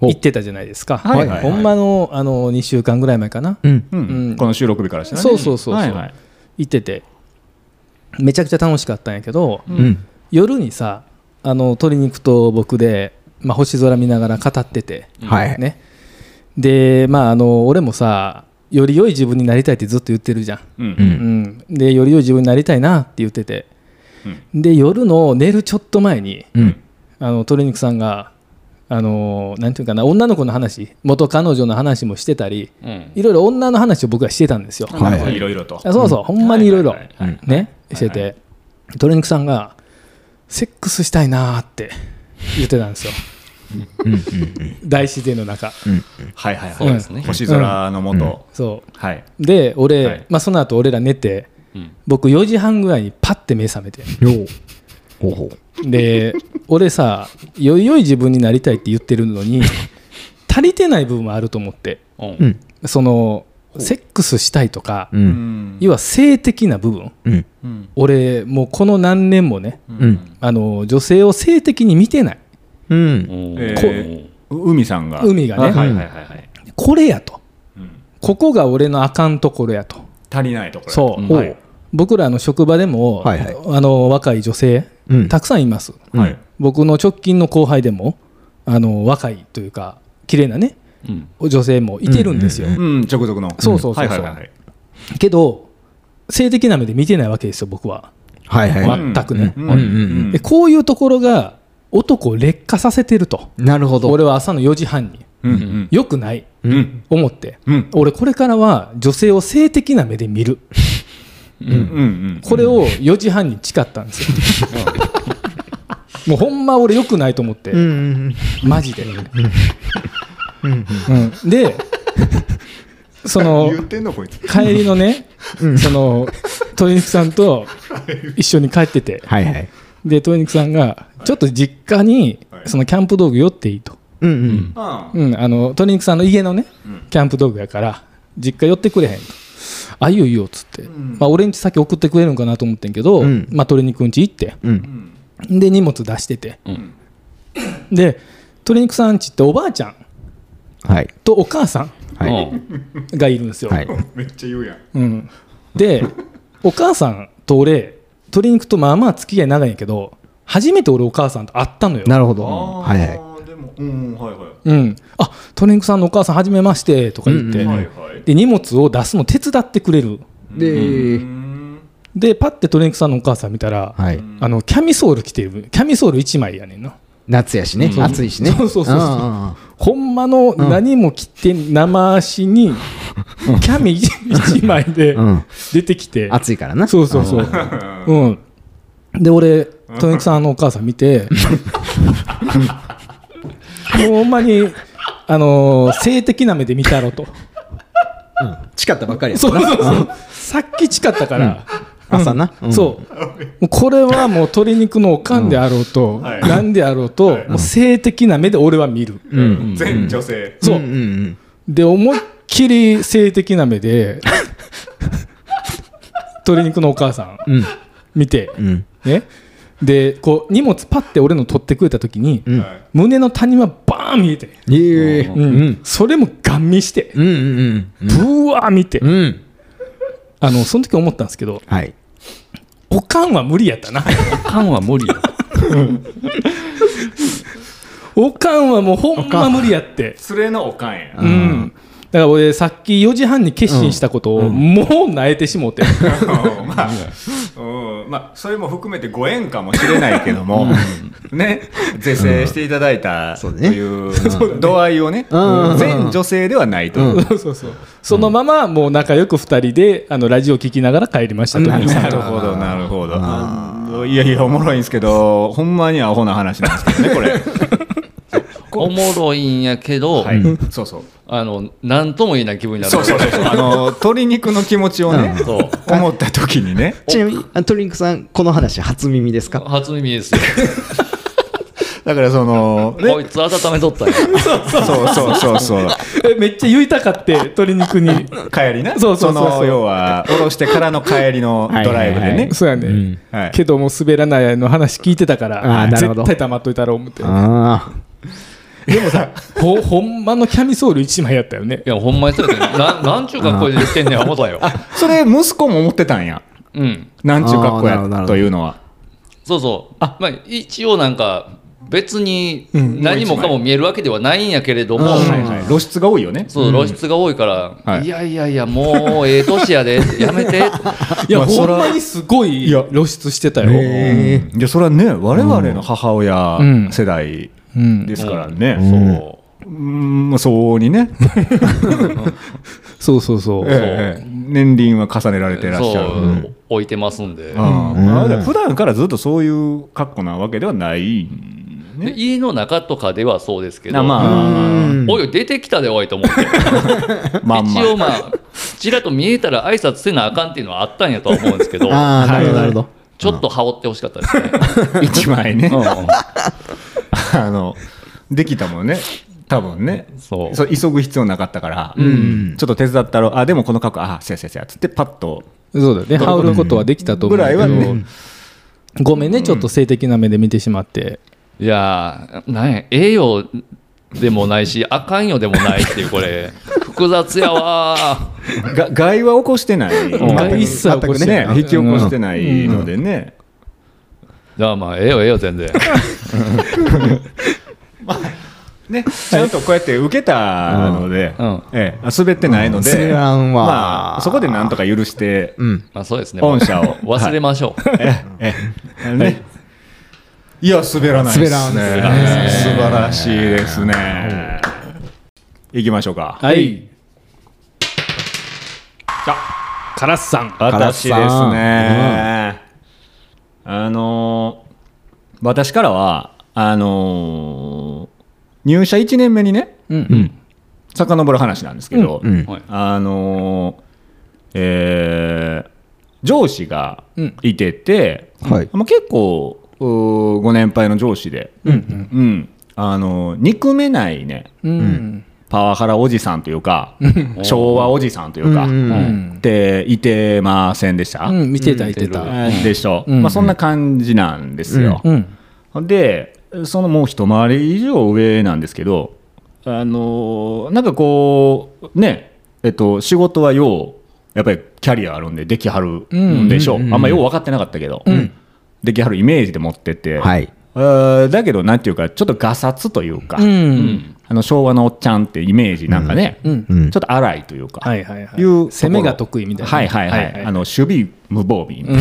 D: 行ってたじゃないですか、
B: はいはいはい
D: ほんまのあの2週間ぐらい前かな、
C: うん
B: うん
D: うん
B: この収録日からしたらね
D: そうそうそうそう
B: はいはい
D: 行っててめちゃくちゃ楽しかったんやけど、
C: うん
D: 夜にさあの鶏肉と僕で、まあ、星空見ながら語ってて、
C: はい、
D: ね、でまああの俺もさより良い自分になりたいってずっと言ってるじゃん、
B: う
C: うん
D: うんん、でより良い自分になりたいなって言ってて、で夜の寝るちょっと前に
C: うん
D: あの鶏肉さんがあのなんていうかな女の子の話元彼女の話もしてたり
A: うん。
D: いろいろ女の話を僕はしてたんですよ、
C: はい
B: はいろいろと
D: あそうそう、ほんまにいろいろ
B: はい
C: はいはい
D: ねしてて鶏肉さんがセックスしたいなーって言ってたんですよ
C: うんうん
D: 大自然の中
B: はいはい
A: そうですね
B: 星空のもと
D: そ
B: はいう
D: で俺、
B: はい
D: まあ、その後俺ら寝て
A: うん
D: 僕4時半ぐらいにパッて目覚めて
C: ようほうほ
D: で俺さよいよい自分になりたいって言ってるのに足りてない部分もあると思って
A: う。
C: うんん
D: そのセックスしたいとか、
C: う
B: うんん
D: 要は性的な部分
C: うん
B: うん
D: 俺もうこの何年もね
C: うん
D: あの女性を性的に見てない
C: うん
B: え
A: こ
B: ー海さんが
D: 海が
B: あ
D: ね
B: はいはいはいはい
D: これやと
B: うん
D: ここが俺のあかんところやと
B: 足りないところ
D: そう、
A: うん
D: はい僕らの職場でも、
C: はいはい
D: あの若い女性、
C: うん
D: たくさんいます
B: はい
D: 僕の直近の後輩でもあの若いというか綺麗なね
A: うん。
D: 女性もいてるんですよ、
C: うん
B: うん直属の
D: そうそうそ
B: は
D: うそう
B: いはいはいはい
D: けど性的な目で見てないわけですよ僕は
C: はいはい、
D: 全くね
B: うん
C: うんうん
D: でこういうところが男を劣化させてると
C: なるほど
D: 俺は朝の4時半に
B: うんうん
D: よくない
B: うん
D: 思って、
B: うん
D: 俺これからは女性を性的な目で見る
B: うんうん
D: これを4時半に誓ったんですよ もうほんま俺よくないと思って、
C: うん
D: マジで、うんでその
B: てんのこいつ
D: 帰りのね、その鶏肉さんと一緒に帰ってて、
C: はいはい
D: で鶏肉さんが、ちょっと実家に
B: はい
D: そのキャンプ道具寄っていいと、
C: うんうん
B: あ
D: うん、あの鶏肉さんの家のね、キャンプ道具やから、実家寄ってくれへんと、あ、いいよいいよっつって、
B: ん
D: まあ、俺んち先送ってくれるんかなと思ってんけど、
C: うん
D: まあ、鶏肉んち行って、
C: うん
D: で、荷物出してて、
A: うん
D: で、鶏肉さんちっておばあちゃん
C: はい
D: とお母さん
C: はい
D: がいるんですよ。
C: はい
B: めっちゃ言うやん
D: うん、でお母さんと俺鶏肉とまあまあ付き合い長いんやけど初めて俺お母さんと会ったのよ
C: なるほど
B: あ
C: はいはい
B: いでもうんはいはい
D: うん、あ鶏肉さんのお母さんはじめましてとか言って、
C: うんうん
B: はいはい
D: で荷物を出すの手伝ってくれる
C: で
B: うん
D: でパッて鶏肉さんのお母さん見たら、
C: はい
D: あのキャミソール着てるキャミソール1枚やねんな
C: 夏やしね
A: うん
C: 暑いしね
D: そうそうそうそうん
C: んん
D: ほんまの何も着て生足に、キャミ1枚で
C: うん
D: 出てきて、
C: 暑いからな
D: そうそうそう。うん。で、俺、トニックさんのお母さん見 て、もうほんまに、あのー性的な目で見たろと。
C: 誓ったばっかりや
D: そう
C: か
D: そうそう。さっき誓ったから。
C: ら朝なうん
D: そう。もうこれはもう鶏肉のおかんであろうと、
B: はい
D: なんであろうと、もう性的な目で俺は見る。
C: うん
B: 全女性
D: そう。
C: うんうん
D: で、思いっきり性的な 目で、鶏肉のお母さん
C: うん
D: 見て、
C: うん
D: ね、でこう荷物パッて俺の取ってくれた時に、
C: うん
B: はい
D: 胸の谷間バーン見えて、
C: ええ
D: うんそれもガン見して、
C: うんうんうん
D: ブワー見て、
C: うん
D: あのその時思ったんですけど
C: はい
D: おかんは無理やったな
A: 缶は無理や。
D: おかんはもうほんま無理やって
B: 連れのおかんや
D: う
C: うん
D: んだから俺さっき4時半に決心したことを、もう泣えてしもうて
B: うん まあ、うん、まあ、それも含めてご縁かもしれないけども、ね、是正していただいた
C: そ
B: と
C: うだね
B: いう度合いをね、
C: うん
B: 全女性ではないと。
C: うん
D: そうそうそうそのままもう仲良く2人であのラジオ聞きながら帰りましたと
C: なるほど
B: なるほど、なるほど。どいやいやおもろいんですけどほんまにアホな話なんですけどねこれ
E: おもろいんやけど、
B: はいそうそう
E: あの何とも言えない気分になる
B: そうそうそうそうあの鶏肉の気持ちをね
E: そう
B: 思った時にね
F: ちなみにあトリンクさんこの話初耳ですか
E: 初耳ですよ、
B: だからそのね
E: こいつ温めとったんや
B: そうそうそうそう
D: えめっちゃ言いたかって鶏肉に
B: 帰りな
D: そうそうそうそう
B: の要はおろしてからの帰りのドライブでね
D: そうやね、
B: はい
D: けどもう滑らないの話聞いてたか
F: あ
D: ら
F: ーなるほど
D: 絶対黙っといたろう思って
F: あ
D: でもさほほんまのキャミソール1枚やったよね
E: いやほんまにそうやねななんちゅう格好で言ってんねん思ったよ
B: それ息子も思ってたんや
E: うん
B: なんちゅう格好
F: あーなるほどなる
B: や
F: ほど
B: というのは
E: そうそうまあ、一応なんか別に何もかも見えるわけではないんやけれども、
B: はいはい露出が多いよね
E: そう露出が多いから、
B: はい
E: い、やいやいやもうええ年やで やめて
D: いや、
B: まあ
D: ほ
B: そ
D: ん
B: ら
D: まにすごい
B: いや
D: 露出してたよ、
B: うんいやそれはね我々の母親
D: うん
B: 世代
D: うん
B: ですからね、
E: そう
B: うん、そうにね、
D: そうそうそう、
B: ええ年輪は重ねられてらっしゃる。
E: そう
B: うん
E: 置いてますんで,、
B: まあだから普段からずっとそういう格好なわけではないん
E: で家の中とかではそうですけ
B: な
E: ど、
B: ま
E: おいおい出てきたでおいと思って
B: あ、まあま
E: 一応まあちらっと見えたら挨拶せなあかんっていうのはあったんやとは思うんですけ ど
F: あああなるほどなるほど
E: ちょっと羽織ってほしかったですね
B: あ、 一枚ね、あの、できたもんね。多分ね
E: そう
B: そう急ぐ必要なかったから、ちょっと手伝ったろあでもこの格好あせやせやせやつってパッと
D: そうだよね羽織ることはできたと思
B: ぐ
D: うけど
B: らいはね、
D: ごめんねちょっと性的な目で見てしまって、
E: いやーなんやええよでもないしあかんよでもないっていうこれ複雑やわー
B: が害は起こしてない、
D: ん害一切起こしてない
B: ね引き起こしてないのでね、
E: じゃあまあええよええよ全然
B: ね、ちゃんとこうやって受けたので、
E: うん
B: ええ、滑ってないので、
F: うん滑らんわ
B: まあ、そこでなんとか許して、
E: まあそうですね
B: 御社を
E: 忘れましょう、
B: ええええね、いや、滑らないですね、
F: 滑
B: 素晴らしいですね。いきましょうか。
D: はいあカラスさん
B: 私で
F: 唐津さ
B: す
F: ん
B: ね。あのー私からは、あのー入社1年目にね、
D: うん
B: 遡る話なんですけど、
F: うんうん
E: はい
B: あのーえー上司が
D: うん
B: いてて、
F: はい
B: まあ、結構うーご年配の上司で、
D: うん
B: うんあのー憎めないね
D: うんうん
B: パワハラおじさんというか昭和おじさんというか、
F: うん
B: っていてませんでした、
D: うん見てた見てた
B: でしょ、
D: うん
B: まあ、そんな感じなんですよ、
D: うん
B: でそのもう一回り以上上なんですけどあのなんかこうねえっと仕事はようやっぱりキャリアあるんでできはるんでしょう、あんまよう分かってなかったけど、できはるイメージで持ってて、
F: はい
B: あーだけどなんていうかちょっとがさつというか、
D: うん
B: あの昭和のおっちゃんってイメージなんかね、
D: うん
F: うん
B: ちょっと荒いというか、
D: はいはいはい
B: いうところ
D: 攻めが得意みたいな
B: はいはいはい、
D: はいはい
B: あの守備無防備みたいな、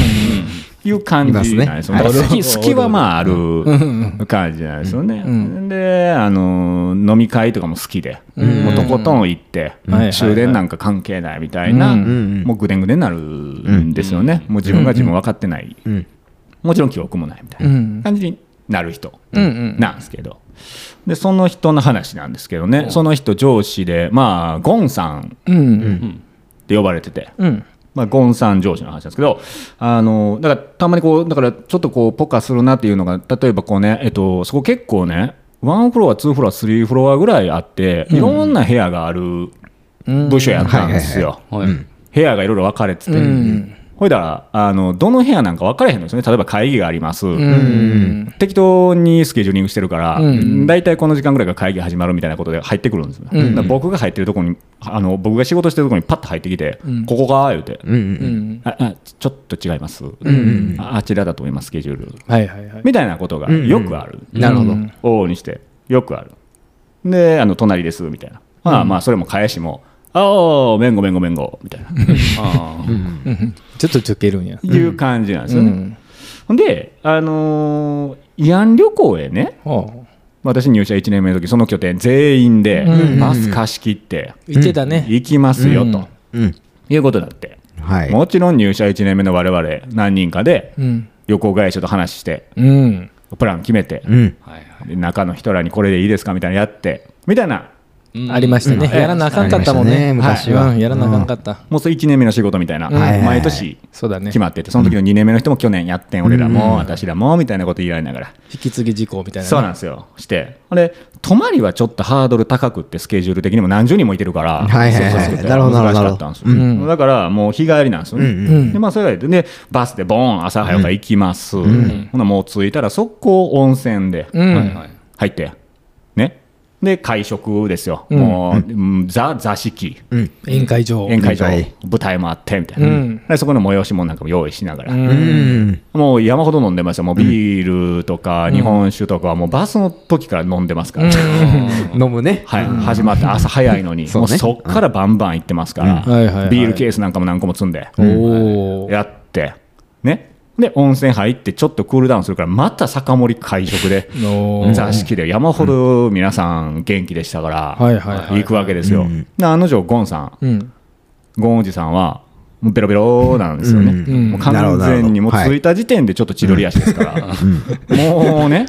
B: いう感じなんですよ、
F: い
B: ね、
F: ますね
B: 隙隙はまあある感じなんですよね、であの飲み会とかも好きで、もうとことん行って、
D: うん
B: 終電なんか関係ないみたいな、
D: うん
B: もうぐでんぐでんになるんですよね、もう自分が自分分かってない、
F: ん
B: もちろん記憶もないみたい
D: うん
B: な感じになる人
D: うんうん
B: なんですけど。でその人の話なんですけどね、その人上司でまあゴンさん
D: うん
B: って呼ばれてて、
D: うん
B: まあ、ゴンさん上司の話なんですけど、あのだからたまにこうだからちょっとこうポカするなっていうのが例えばこうね、えっと、そこ結構ね1フロア2フロア3フロアぐらいあっていろんな部屋がある部署やったんですよ。
E: はい、
B: 部屋がいろいろ分かれてて、
D: うん
B: ほいだらあのどの部屋なんか分かれへんのですよね例えば会議があります、
D: うん
B: 適当にスケジューリングしてるから
D: うん
B: 大体、この時間ぐらいが会議始まるみたいなことで入ってくるんですよ、だから僕が入ってるとこにあの僕が仕事してるとこにパッと入ってきて「ここか?」言うて、
D: うん
B: ああちょっと違います、ああちらだと思いますスケジュール
D: はいはいはい
B: みたいなことがよくある、
F: なるほど
B: 往々にしてよくあるであの隣ですみたいな、まあまあそれも返しも「ああめんごめんごめんご」みたいな、あー
D: ちょっとちょけるんや
B: いう感じなんですよね、
D: うん
B: ほんであのー慰安旅行へね
D: ああ
B: 私入社1年目の時その拠点全員でバス貸し切って
D: 言ってたね
B: 行きますよ
D: うん
B: ということだって、
F: はい
B: もちろん入社1年目の我々何人かで
D: うん
B: 旅行会社と話して
D: うん。
B: プラン決めて、
F: うん。
E: はいは
B: で中の人らにこれでいいですかみたいなのやってみたいない
E: うん
D: ありましたね。
B: うん
D: やらなあかんかったもん
F: あ
D: ね。
F: りましたね昔は
D: うんやらなあかんかった。
B: もうそれ1年目の仕事みたいな、
F: ん
B: 毎年
D: そうだね
B: 決。まっててその時の2年目の人も去年やってん、俺らも私らもみたいなこと言い合いながら、
D: 引き継ぎ事項みたいなね。
B: そうなんですよしてあれ泊まりはちょっとハードル高くってスケジュール的にも何十人もいてるから、
F: はいはいはい
B: そうそうそう
F: なるほどなるほど
B: 難しかったんですよだからもう日帰りなんですよね、
D: うん
B: でまあそれがでバスでボーン朝早から行きます、ほなもう着いたら速攻温泉で
D: うん。
E: はいはい
B: 入ってねで会食ですよ、
D: うん
B: もう、うんザ座敷
D: 宴会場。
B: 宴会場
F: 宴会
B: 舞台もあってみたいな、
D: うん
B: でそこの催し物なんかも用意しながら、
F: うん。
B: もう山ほど飲んでましたもうビールとか日本酒とかはもうバスの時から飲んでますから、
F: 飲むね。
B: はい、始まって朝早いのに、
F: そう
B: もう
F: ね
B: そっからバンバン行ってますから、
D: うんはいはいはい
B: ビールケースなんかも何個も積んで、
D: おお。
B: やって、ね、で、温泉入って、ちょっとクールダウンするから、また酒盛り会食 で、
D: の
B: 座敷で山ほど皆さん、元気でしたから、
D: はいはいはい
B: 行くわけですよ。で、あの女、ゴンさん、
D: うん。
B: ゴンおじさんは、もうベロベロなんですよね、
F: うん
D: うん
B: もう完全にもう
F: なるほど
B: 着いた時点でちょっと千鳥足ですから、もうね、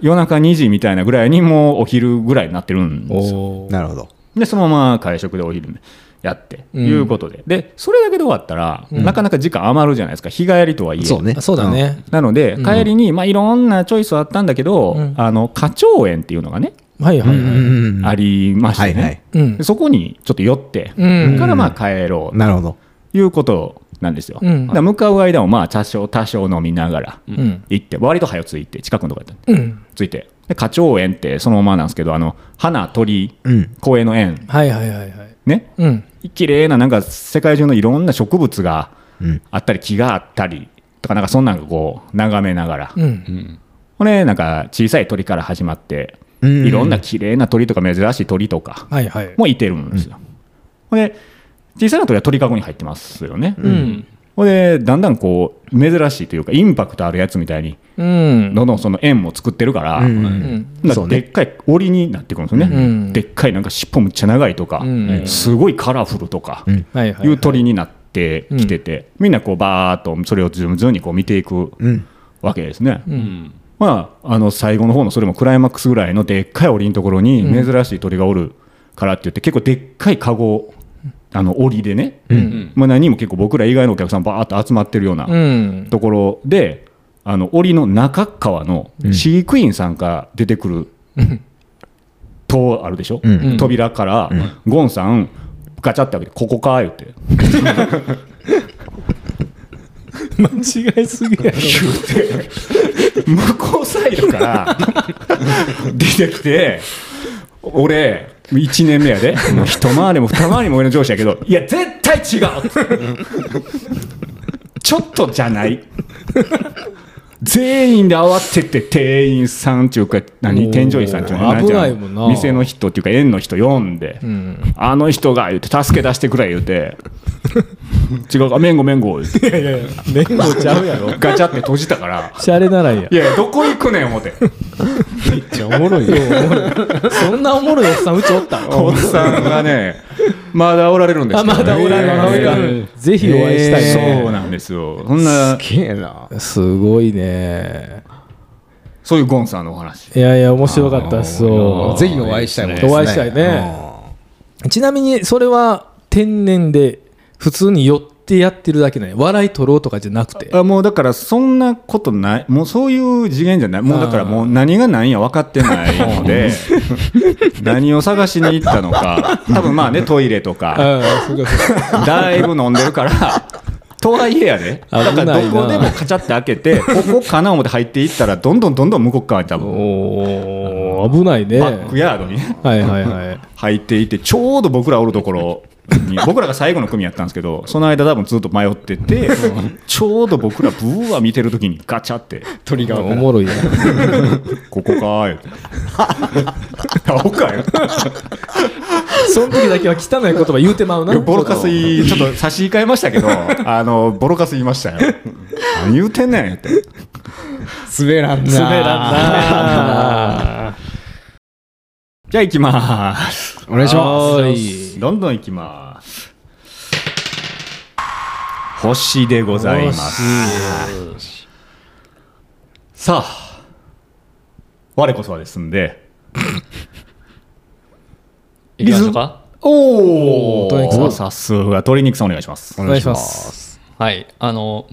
B: 夜中2時みたいなぐらいにもうお昼ぐらいになってるんですよ
D: おお。
F: なるほど。
B: でそのまま会食でお昼やって、
D: うん
B: いうことででそれだけで終わったら、なかなか時間余るじゃないですか日帰りとはいえ
F: そうね
D: あ。そうだね。
B: なので帰りに、まあ、いろんなチョイスはあったんだけど、
D: うん
B: あの花鳥園っていうのがね、
D: はいはい
F: うん。
D: は
F: う
D: い。
F: んうん
B: ありましてね、
F: はいはい
D: うん
B: で。そこにちょっと寄って、
D: うん
B: からまあ帰ろう
F: なるほど。
B: ということなんですよ、
D: うん
B: だから向かう間もまあ多少多少飲みながら
D: うん。
B: 行って割と早く着いて近くのとこやったんで
D: うん。
B: 着いてで花鳥園ってそのままなんですけどあの花鳥
F: うん。
B: 公園の園
D: はいはいはいはい。
B: ね
D: うん。
B: 綺麗ななんか世界中のいろんな植物が
F: うん
B: あったり木があったりとかなんかそんなんがこう眺めながら、
D: うん。
B: これなんか小さい鳥から始まって、
F: うん
B: いろんな綺麗な鳥とか珍しい鳥とか
D: はいはい。
B: もいてるんですよ。これ小さな鳥は鳥かごに入ってますよね。
E: うん
B: これだんだんこう珍しいというかインパクトあるやつみたいに
D: うん。
B: どんどんその円も作ってるから。
F: うんう
D: うんん。
B: なん
F: そ
B: か
F: うね
B: でっかい檻になってくるんですよね、
D: うん
B: でっかいなんか尻尾むっちゃ長いとか、
D: うん
B: すごいカラフルとか、
D: はいはい。
B: いう鳥になってきてて、みんなこうバーっとそれをズムズムにこう見ていく
F: うん。
B: わけですね、
E: うん
B: まああの最後の方のそれもクライマックスぐらいのでっかい檻のところに珍しい鳥がおるからって言って結構でっかいカゴあの檻でね、
E: うん
B: まあ、何人も結構僕ら以外のお客さんバーっと集まってるような
D: うん。
B: ところで、あの檻の中川の飼育員さんが出てくる塔あるでしょ、
F: うん
B: 扉から、ゴンさんガチャって開けて「ここか」言って。
D: 間違いすぎやろ。
B: 向こうサイドから出てきて俺1年目やでもう一回りも二回りも上の上司やけどいや絶対違うちょっとじゃない全員で慌てて店員さんっていうか何
D: おー
B: 添乗員さんっていうのんてうの
D: 危ないもんな
B: 店の人っていうか園の人呼んで、
D: うん。
B: あの人が言って助け出してくれ言うて違うかめんごめんご言う
D: い
B: て
D: やいやいや、メンゴちゃうやろ。
B: ガチャって閉じたから
D: シャレならんや
B: い。やいやどこ行くねん思って。
D: おもろいよ。 おもろいそんなおもろいおっさん、うちおった。
B: おっさんがね、まだおられるんです
D: あ、
B: けどね
D: まだおらん
B: え
D: の
B: ー
D: ぜひお会いしたいね。
B: そうなんですよ。そんな、
F: すげえな。
D: すごいね。
B: そういうゴンさんのお話。
D: いやいや、面白かったっすよ。
C: ぜひお会いしたいもんですね。
D: お会いしたいね。ちなみに、それは天然で、普通に寄ってやってるだけね。笑い取ろうとかじゃなくて。
B: あもうだからそんなことない、もうそういう次元じゃない、もうだからもう何が何や分かってないので、 何を探しに行ったのか、多分まあね、トイレとか、
D: ああ、そうかそうか。
B: だいぶ飲んでるから、とはいえやね、
D: 危ない
B: だ
D: な
B: からどこでもカチャって開けて、ここかな思って入っていったら、どんどんどんどん向こう側に多分、
D: おー危ないね。
B: バックヤードにね。
D: はいはい はい。
B: 入っていてちょうど僕らおるところに 僕らが最後の組やったんですけどその間多分ずっと迷っててちょうど僕らブワー見てる時にガチャって
D: 鳥がおもろいな。
B: 「ここかー」って「あおかよ」
D: その時だけは汚い言葉言うてまうな。
B: ボロカス言いちょっと差し控えましたけどあのボロカス言いましたよ何言うてんねんって
C: 滑らんな。
D: 滑らんな。
B: じゃあ行きます
F: お願いしま
D: は
F: す。
D: い
B: どんどん行きます星でございますさあ我こそはですんで
E: いきましょうか
B: お
D: おー鶏肉さ
B: さ
D: ん
B: すが鶏肉さんお願いします
D: お願いします
E: はいあの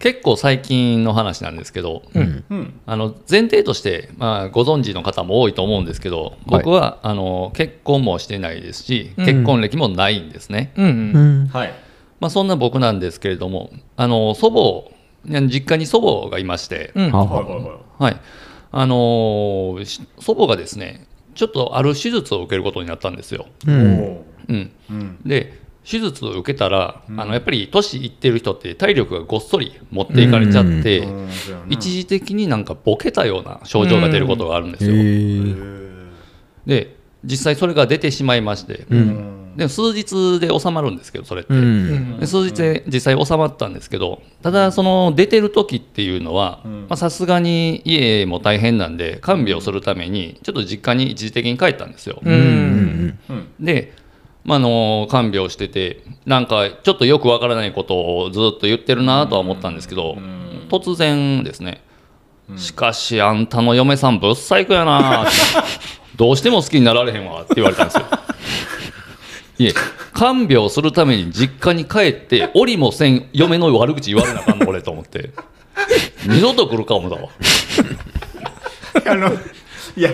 E: 結構最近の話なんですけど、
B: うん
E: あの前提として、まあ、ご存知の方も多いと思うんですけど僕は、あの結婚もしてないですし
D: うん
E: 結婚歴もないんですね、
D: うんうん
F: ん。
B: はい
E: まあ、そんな僕なんですけれどもあの祖母実家に祖母がいまして、
D: うん
F: あ
B: はいはいはい
E: はいあのーし祖母がですねちょっとある手術を受けることになったんですよ。
F: うん。
E: うん、
B: うん
E: で手術を受けたら、あのやっぱり年いってる人って体力がごっそり持っていかれちゃって、一時的になんかボケたような症状が出ることがあるんですよ。で実際それが出てしまいまして、で数日で収まるんですけどそれって、
F: うん。
E: で数日で実際収まったんですけどただその出てる時っていうのはまあさすがに家も大変なんで看病するためにちょっと実家に一時的に帰ったんですよ。
F: うん。
E: で、まあ、あの看病しててなんかちょっとよくわからないことをずっと言ってるなとは思ったんですけど突然ですね「しかしあんたの嫁さんぶっ細工 やな」どうしても好きになられへんわ」って言われたんですよ。いえ看病するために実家に帰って折りもせん嫁の悪口言われなあかんの俺と思って二度と来るか思ったわ
B: あのいや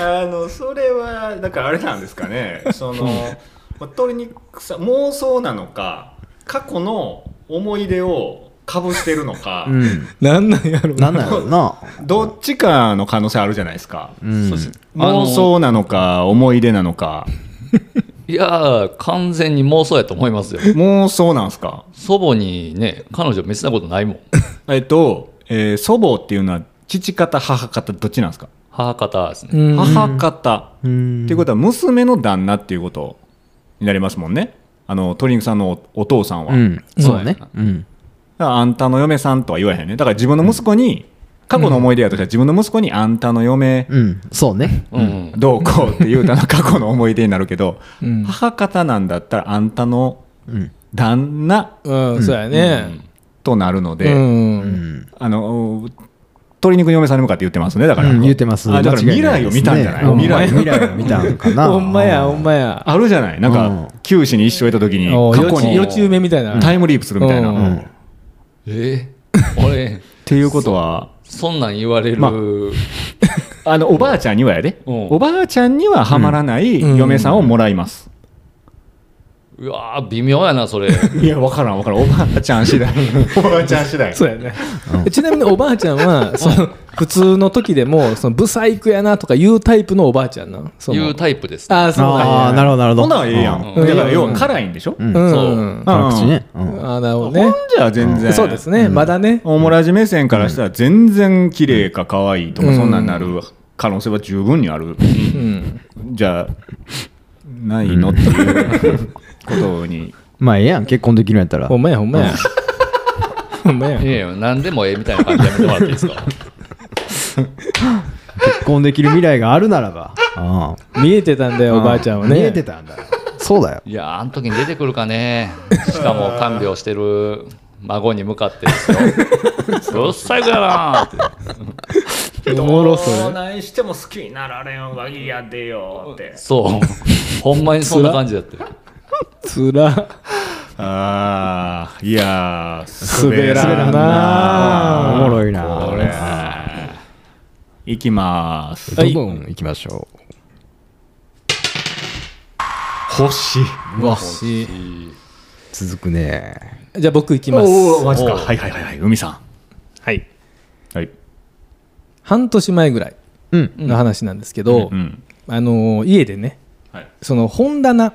B: あのそれはだからあれなんですかねそのまあ鶏肉さん妄想なのか過去の思い出をかぶしてるのか、
F: うん。
D: なんなんやろ
F: なんなんやろな。
B: どっちかの可能性あるじゃないですか、
F: うん。
E: あの
B: 妄想なのか思い出なのか
E: いやー完全に妄想やと思いますよ
B: 妄想なんですか
E: 祖母にね彼女別なことないもん
B: えっと、えー祖母っていうのは父方母方どっちなんですか、
E: 母方ですね、
D: うん
B: 母方
F: うん
B: っていうことは娘の旦那っていうことになりますもんねあのトリングさんのおお父さんは、
F: う
B: だか
F: ん。そうね。うん。
B: らあんたの嫁さんとは言わへんねだから自分の息子に、過去の思い出やとしたら自分の息子にあんたの嫁
F: うん。そうね。
E: うん
B: どうこうって言う たの過去の思い出になるけど、
D: うん
B: 母方なんだったらあんたの
F: うん。
B: 旦那
D: うんそうやね
B: となるの
D: う
B: で、
D: ん
B: あの鶏肉の嫁さんに向かって言ってますねだから、
F: うん言ってます
B: あだから
F: 間違
B: 未
F: いない
B: 来
F: で
B: を
F: す
B: 見たんじゃない、
F: ねうん
B: 未来
F: 未来を見たんかな。
D: ほんまやほんまや
B: あるじゃないなんか、
F: うん
B: 九死に一生いた時に
D: お
B: 過
D: よ
B: 去
D: ち
B: に
D: よち梅みたいな
B: タイムリープするみたいな、
D: うん
B: うんっ
E: えー俺
B: ていうことは
E: そんなん言われる、
B: まああのおばあちゃんにはやで、
E: うん
B: おばあちゃんにははまらない嫁さんをもらいます、
E: うわー微妙やなそれ
B: いや分からん分からんおばあちゃん次第 おばあちゃん次第
D: そうやね、ちなみにおばあちゃんはその普通の時でもそのブサイクやなとかいうタイプのおばあちゃんなのその
E: いうタイプです、
D: ああそう
F: ああ、なるほど、なるほど。
B: ほんならええやん、
E: うん
B: だから要は辛いんでしょ、
F: うん。
D: う
F: うんん。
E: そう
D: うん
F: 辛口ね。う
D: うん
F: ん。
D: ああなる
B: ほ
D: ほど
B: ん
D: ね
B: じゃ全然
D: そうですね、まだね
B: オムラジ目線からしたら全然綺麗か可愛いとか
D: うん
B: そんなんなる可能性は十分にある、
D: うん
B: じゃあないのっていうこと に
F: まあ、ええやん。結婚できるんやったら
D: ほ。んまやほんまやほんまや
E: いやいや何でもええみたいな感じでやめてもらっていいですか
F: 結婚できる未来があるならば。あ
D: 見えてたんだ
F: あ
D: よおばあちゃんはね
F: 見えてたんだ。そうだよ。
E: いやーあの時に出てくるかねしかも看病してる孫に向かってですよ ぶっ最後やなーって
D: おもろそれ
B: 何しても好きになられんわ嫌でよって
E: そうほんまにそんな感じだって
D: つら
B: ああいやー
F: 滑らんなおもろいな
B: これいきます
F: どんどん行きましょう。
B: 星
D: し
F: 続くね。
D: じゃあ僕いきます
B: おおマジかはいはいはいはい海さ
D: はい
B: んはい
D: 半年前ぐらい
F: うん
D: の話なんですけど、
B: うん
D: あのー家でね
B: はい
D: その本棚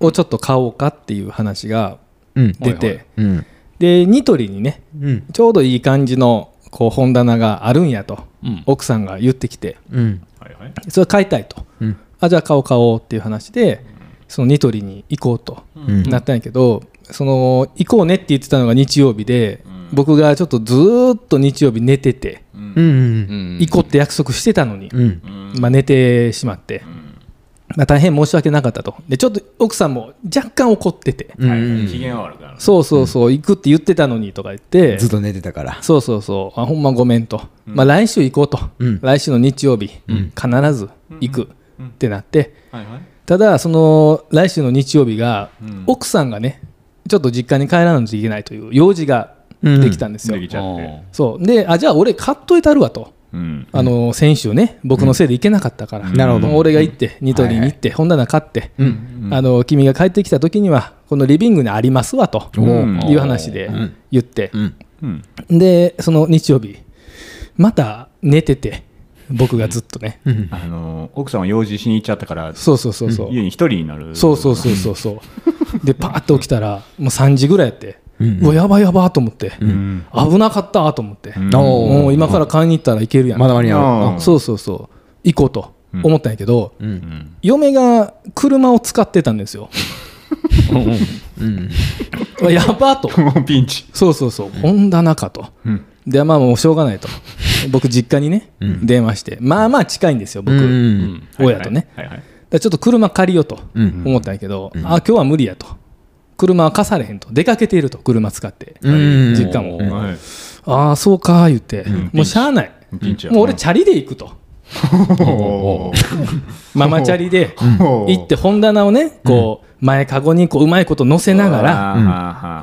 D: をちょっと買おうかっていう話が
F: うん。
D: 出て、
B: はいは
F: うん。
D: でニトリにね
F: うん。
D: ちょうどいい感じのこう本棚があるんやと、
E: うん
D: 奥さんが言ってきて
F: うん。
B: はいはい
D: それ買いたいと、
F: うん
D: あじゃあ買おう買おうっていう話でそのニトリに行こうと
F: うん
D: なったんやけど、その行こうねって言ってたのが日曜日で、
B: ん
D: 僕がちょっとずーっと日曜日寝てて、
F: うん。
E: うん
D: 行こうって約束してたのに、
F: うん。
D: まあ、寝てしまって、まあ、大変申し訳なかったとでちょっと奥さんも若干怒ってて、
F: うん
B: はい、機嫌悪くなる。
D: そうそうそう行くって言ってたのにとか言って
F: ずっと寝てたから。
D: そうそうそうあほんまごめんと、まあ、来週行こうと、
F: うん
D: 来週の日曜日、必ず行くってなって
B: はいはい。
D: ただその来週の日曜日が、
B: うん
D: 奥さんがねちょっと実家に帰らないといけないという用事ができたんですよ、
B: できちゃって。
D: そうであじゃあ俺買っといたるわと。
B: うん。
D: あの先週ね、僕のせいで行けなかったから、
F: なるほど
D: もう俺が行って、ニトリに行って、本棚買って、あの、君が帰ってきた時には、このリビングにありますわと
B: ん
D: いう話で言って、
B: うん。
D: で、その日曜日、また寝てて、僕がずっとね、
B: あの、奥さんは用事しに行っちゃったから、
D: そうそうそうそう、
B: 家に一人になる。
D: そうそうそうそうそう、で、パーっと起きたら、もう3時ぐらいやって、うわ、やばいやばいと思って、
B: うん。
D: 危なかったと思って、
B: うん
F: おー
D: もう今から買いに行ったらいけるやん、
F: まだ間に合う。
B: うん
D: そうそうそう、行こうと思ったんやけど、
F: うん
D: 嫁が車を使ってたんですよ。やばと。
B: もうピンチ。
D: そうそうそう、本棚かと。
B: うん。
D: で、まあもうしょうがないと。僕、実家にね、電話して、まあまあ近いんですよ、僕、
F: うん
D: 親とね。
B: はいはい。
D: だからちょっと車借りようと
F: うん
D: 思ったんやけど、あ今日は無理やと。車は貸されへんと。出かけていると、車使って。
F: うん
D: 実家も。
B: はい
D: ああ、そうか、言って、もうしゃあない。
B: ピンチや。
D: もう俺、チャリで行くと。
B: おー
D: ママチャリで
B: ほう
D: 行って本棚をねこう前かごにこううまいこと乗せながら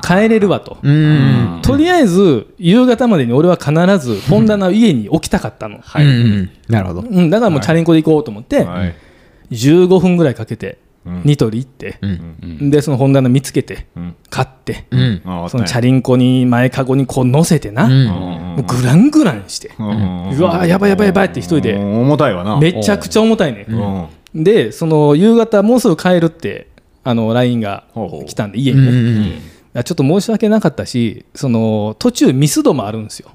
B: ら
D: 帰れるわと、
F: うん。
D: とりあえず夕方までに俺は必ず本棚を家に置きたかったの、
F: うんうんなるほど。
D: うん、だからもうチャリンコで行こうと思って、
B: はい。
D: 15分ぐらいかけて
B: うん
D: ニトリ行って、でその本棚見つけて
B: うん
D: 買って、
F: うん。
B: あ
D: そのチャ
B: リ。
D: リンコに前かごにこう乗せてな、
F: うん
D: もうグラングランして、うわーやばいやばいやばいって一人で
B: うん重たいわな。
D: めちゃくちゃ重たいね、
B: うん
D: でその夕方もうすぐ帰るってあの LINE が来たんで家にね、あちょっと申し訳なかったしその途中ミスドもあるんですよ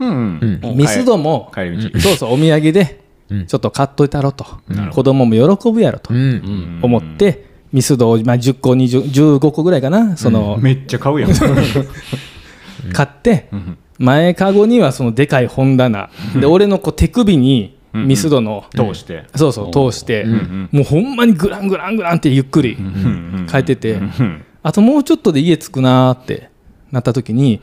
B: うんうん
F: う
D: ミスドも
B: 帰り道。
D: そうそうお土産で
F: うん
D: ちょっと買っといたろと、子供も喜ぶやろと
F: うん
D: 思って、ミスドを、まあ、10個20 15個ぐらいかなその、
B: めっちゃ買う やん。
D: 買って、
B: ん
D: 前かごにはそのでかい本 棚で俺のこう手首にミスドの、
B: 通して。
D: そうそう通して、もうほんまにグラングラングランってゆっくり変えてて、
B: うん
D: あともうちょっとで家着くなーってなった時に、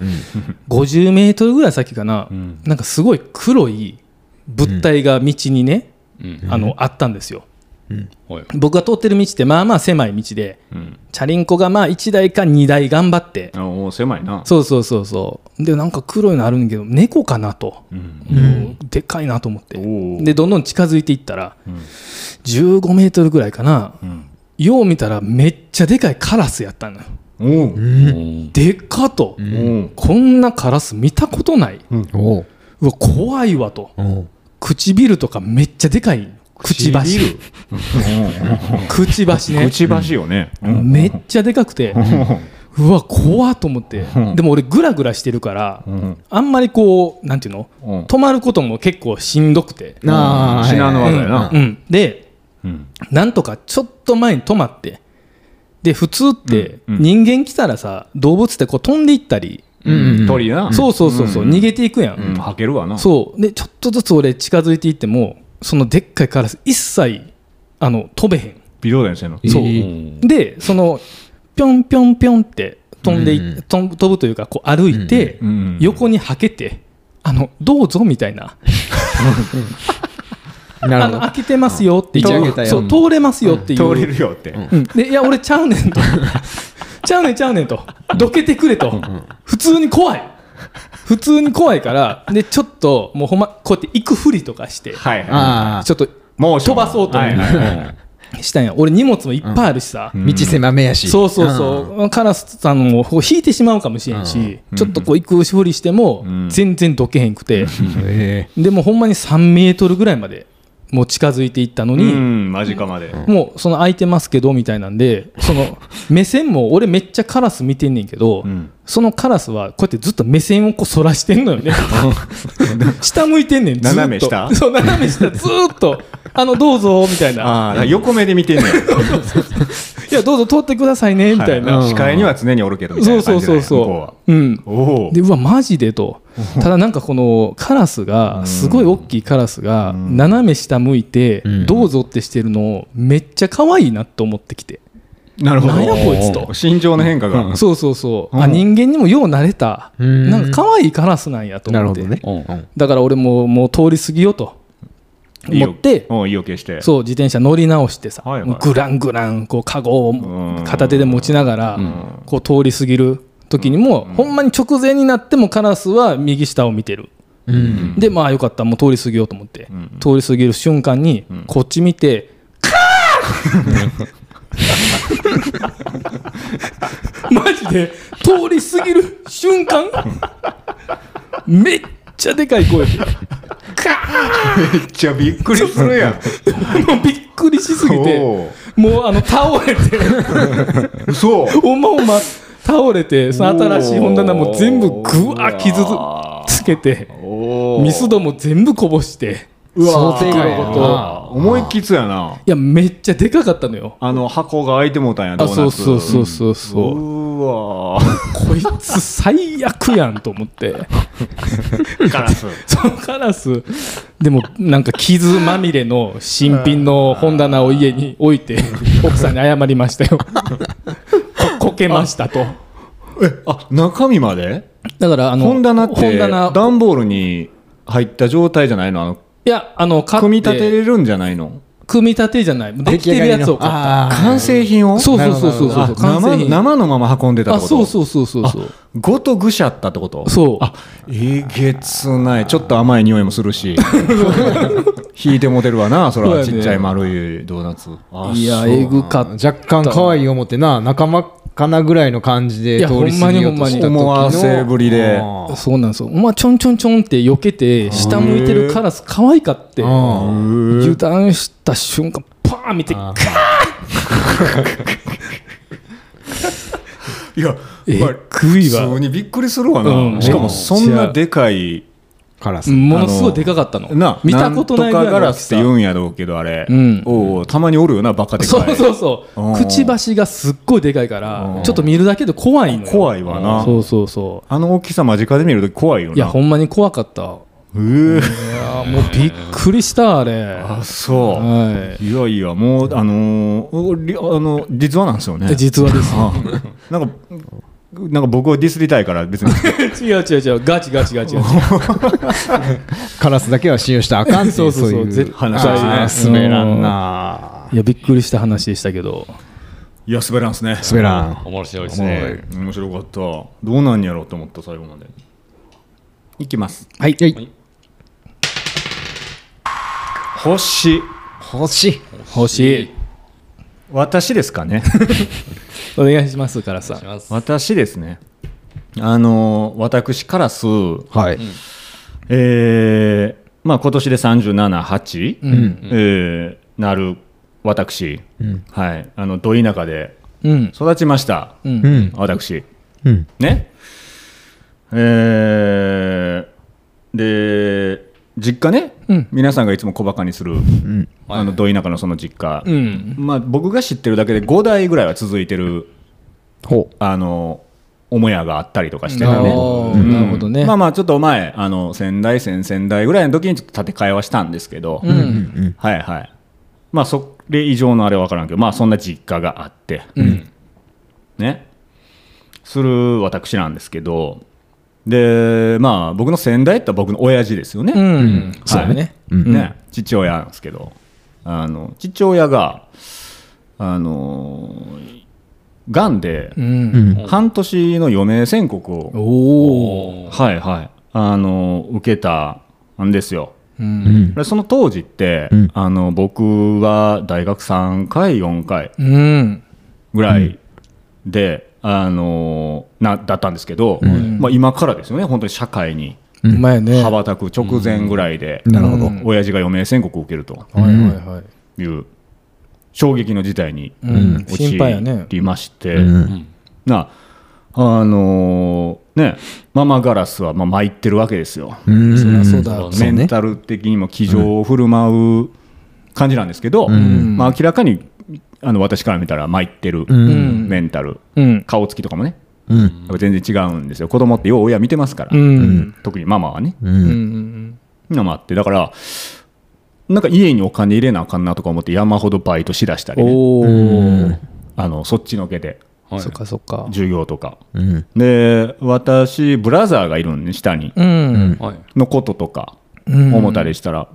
D: 50メートルぐらい先かな、なんかすごい黒い物体が道にね、あのあったんですよ、
E: はい
D: 僕が通ってる道ってまあまあ狭い道で
B: うん
D: チャリンコがまあ1台か2台頑張って、
B: あおー狭いな。
D: そうそうそうそうでなんか黒いのあるんだけど猫かなと、
B: うん
D: うんでっかいなと思って
B: おー
D: でどんどん近づいていったら、15メートルぐらいかな、よう見たらめっちゃでかいカラスやったのよ
B: おー
D: でっかと、
B: おー
D: こんなカラス見たことない、う
F: おう
D: わ怖いわと
F: おう
D: 唇とかめっちゃでかいくちばし くちばしね
B: くちばしよね。うん
D: めっちゃでかくて、うわ怖っと思って、でも俺グラグラしてるから、
B: ん
D: あんまりこうなんていうの、
B: うん
D: 止まることも結構しんどくて、
F: なあ
B: 至難の技やな
D: う。ん、で
B: うん
D: なんとかちょっと前に止まってで普通って
B: うんうん
D: 人間来たらさ動物ってこう飛んでいったり、
F: うん
B: 鳥な。
D: そうそうそうそう、逃げていくやん、
B: うん。はけるわな。
D: そうでちょっとずつ俺近づいていってもそのでっかいカラス一切あの飛べへん
B: 微動だにせんの。
D: そう、
E: うん
D: でそのぴょんぴょんぴょんって飛んでい、
F: うん
D: とん飛ぶというかこう歩いて、
B: うん
D: 横にはけてあのどうぞみたいな
F: な
D: あ
F: る
D: の
F: ほ
D: 開けてますよってい
F: 打ち上げ
D: う
F: たよ
D: そう通れますよっていう、
B: 通れるよって。
D: うんでいや俺ちゃうねんとちゃうねんちゃうねんとどけてくれと普通に怖い普通に怖いからでちょっともうほんまこうやって行くふりとかしてち
B: はい
F: ど。
B: は
F: ああ
D: ょっと
B: い。もう
D: 飛ばそうと思
B: は
D: っ
B: い
D: て
B: はいはい
D: したんや俺荷物もいっぱいあるしさ、
F: 道狭めやし。
D: そうそうそうカラスさんもこう引いてしまうかもしれんし、ちょっとこう行くふりしても
B: ん
D: 全然どけへんくて、
F: うん。え
D: でもほんまに3メートルぐらいまでもう近づいていったの
B: う
D: に、
B: ん、間近まで。
D: もうその空いてますけどみたいなんで その目線も俺めっちゃカラス見てんねんけど、
B: ん
D: そのカラスはこうやってずっと目線をこうそらしてんの よね下向いてんねんずっと
B: 斜め下
D: そう斜め下ずーっとあのどうぞみたいな
B: ああ、だから横目で見てんねん。
D: いやどうぞ通ってください ねみたいな、
B: はい視界には常におるけどみたい
D: そう
B: な
D: そ
B: 感
D: う
B: じだ
D: そ
B: ね
D: う
B: 向こ
D: そ
B: う
D: ううん
B: はおお
D: でうわマジでとただなんかこのカラスがすごい大きいカラスが斜め下向いて
F: うん
D: どうぞってしてるのをめっちゃ可愛いなと思ってきて
B: なるほど
D: なんやこいつと
B: 心情の変化が、
D: そうそうそうあ
B: うん
D: 人間にもよう慣れた
F: うん
D: なんか可愛いカラスなんやと
F: なる
D: 思っ
F: ほど
D: て
F: ね。
E: うん
D: だから俺ももう通り過ぎようと思って
B: お意を決して
D: そう自転車乗り直してさ、
B: はいはい
D: グラングランこうカゴ
B: う
D: を
B: ん
D: 片手で持ちながら
E: ん
D: こう通り過ぎる時にも、ほんまに直前になってもカラスは右下を見てる、
F: うん。
D: でまあよかったもう通り過ぎようと思って、
B: ん
D: 通り過ぎる瞬間にこっち見て、カー マジで通り過ぎる瞬間めっちゃでかい声で
B: めっちゃびっくりするやん
D: もうびっくりしすぎて
B: お
D: もうあの倒れて
B: 嘘
D: ほんまほんま倒れてその新しい本棚も全部ぐわー傷つけてミス
B: ド
D: ドも全部こぼして
F: 想定外やな
B: 思いきつやない
D: やめっちゃでかかったのよ
B: あの箱が開いてもうたんや
D: あ
B: ドーナツ
D: そうそうそうそうそう、
B: うわ
D: こいつ最悪やんと思って
B: カラス
D: そのカラスでもなんか傷まみれの新品の本棚を家に置いて奥さんに謝りましたよここけましたと
B: あ中身まで
D: だからあの
B: 本棚って
D: 本棚
B: 段ボールに入った状態じゃないのあの
D: いやあの買って
B: 組み立てれるんじゃないの
D: 組み立てじゃないできてるやつを買った
F: あー
B: 完成品を
D: そうそうそうそうそう
B: あ
D: 完成
B: 生
D: 品
B: 生のまま運んでたって
D: あ
B: こと
D: そうそうそうそうそう
B: ごとぐしゃったってこと
D: そう
B: あえげつないちょっと甘い匂いもする し引いてモデルはなそれ
D: そう
B: は
D: やね
B: ちっちゃい丸いドーナツあ
D: いや
B: そう
D: えぐかった
F: 若干可愛い思ってな、仲間かなぐらいの感じ
D: い
F: で
D: や
F: 通り過ぎようとした時の
B: ほんまにほんまに思わせぶりで
F: あー
D: そうなんですよお前ちょんちょんちょんって避けて下向いてるカラス可愛かって
F: あ
D: 油断した瞬間パーン見てカー
B: いや
D: え
B: まあ
D: ぐいわ
B: 普通にびっくりするわな、
D: うん
B: しかもそんなでかい
F: ーカラス。
D: ものすごいでかかったの
B: な
D: 見たことないぐ
B: ん
D: らい
B: とか
D: の
B: ガ
D: 大
B: ラス
D: き
B: っ
D: さ
B: て言うんやろうけどあれ、
D: うん
B: おうおうたまにおるよなバカでかい
D: そうそうそう、
B: うん
D: くちばしがすっごいでかいから、ちょっと見るだけで怖いのよ
B: 怖いわな
D: そうそうそう
B: あの大きさ間近で見るとき怖いよない
D: やほんまに怖かったい
B: えー
D: やもうびっくりしたあれ
B: あそう、
D: はい
B: いやいや、もう、あのーりあの、実話なんですよね。
D: 実話です
B: あなんか、なんか僕をディスりたいから、別に。
D: 違う違う違うガチガチガチガチ
F: カラスだけは信用したらあかんってい
D: そうそうそう
F: い
D: 絶対
B: 話
F: あー滑らんない
D: やびっくりした話でしたけど
B: いや、滑らんすね。
F: 滑らん
E: 面白いですね。
B: 面白かった。どうなんやろうと思った、最後まで。いきます。
F: はい
B: 星。
F: 星
D: 星
B: 私ですかね。
D: お願いしますからさ
E: します
B: 私ですね。あのー私からす、
F: はい
B: えーまあ今年で37、8、
D: うん
B: えーなる私、はい、あのど田舎で
D: うん
B: 育ちました、
D: うん
F: うん
B: 私
F: うん
B: ねえーで実家ね、
D: うん
B: 皆さんがいつも小バカにする、
F: ん
B: あのど田舎のその実家、
D: うん
B: まあ、僕が知ってるだけで5代ぐらいは続いてる
F: ほ
B: あの母屋があったりとかして
D: な
B: た
D: る
B: ね
D: ほど
B: うん
D: なるほどね
B: まあまあちょっと前あの仙台先々代ぐらいの時にちょっと建て替えはしたんですけど、
D: う
F: うんん
B: はいはいまあそれ以上のあれは分からんけどまあそんな実家があって、ねする私なんですけどでまあ僕の先代って僕の親父ですよね,、
D: うんうんそうだね
F: うん
B: ね父親なんですけどあの父親があのがんで
D: う
F: うんん
B: 半年の余命宣告を
D: おお
B: はいはい、あの受けたんですよ。
D: う
F: うんん
B: でその当時って、
F: うん
B: あの僕は大学3回4回
D: うん
B: ぐらいで、あのなだったんですけど、
D: ん
B: まあ、今からですよね本当に社会に
D: うまいね
B: 羽ばたく直前ぐらいで、
F: なるほど
D: うん
B: 親父が余命宣告を受けると
D: はいはいはい
B: いう衝撃の事態に
D: うん
B: 陥
D: 心配やね
B: りまして、
F: うん
B: なあのねママガラスはまあ参ってるわけですよ。
F: うん
D: そりゃそうだ
E: そう
B: メンタル的にも気丈を振る舞う感じなんですけど、
F: ん
B: まあ、明らかにあの私から見たら参ってる
F: うん
D: ん
B: メンタル、
D: うん
B: 顔つきとかもね、
F: うん。
B: やっぱ全然違うんですよ子供ってよう親見てますから、
D: うん
B: 特にママはね
F: う。
D: うんうんん
B: のもあってだからなんか家にお金入れなあかんなとか思って山ほどバイトしだしたり、ね、
D: おお
B: あのそっちのけで
E: はい
D: そっかそっか
B: 授業とか
F: うん。
B: で私ブラザーがいるんで下に
D: うん
E: はい
B: のこととか
D: うん
B: 思ったりしたら、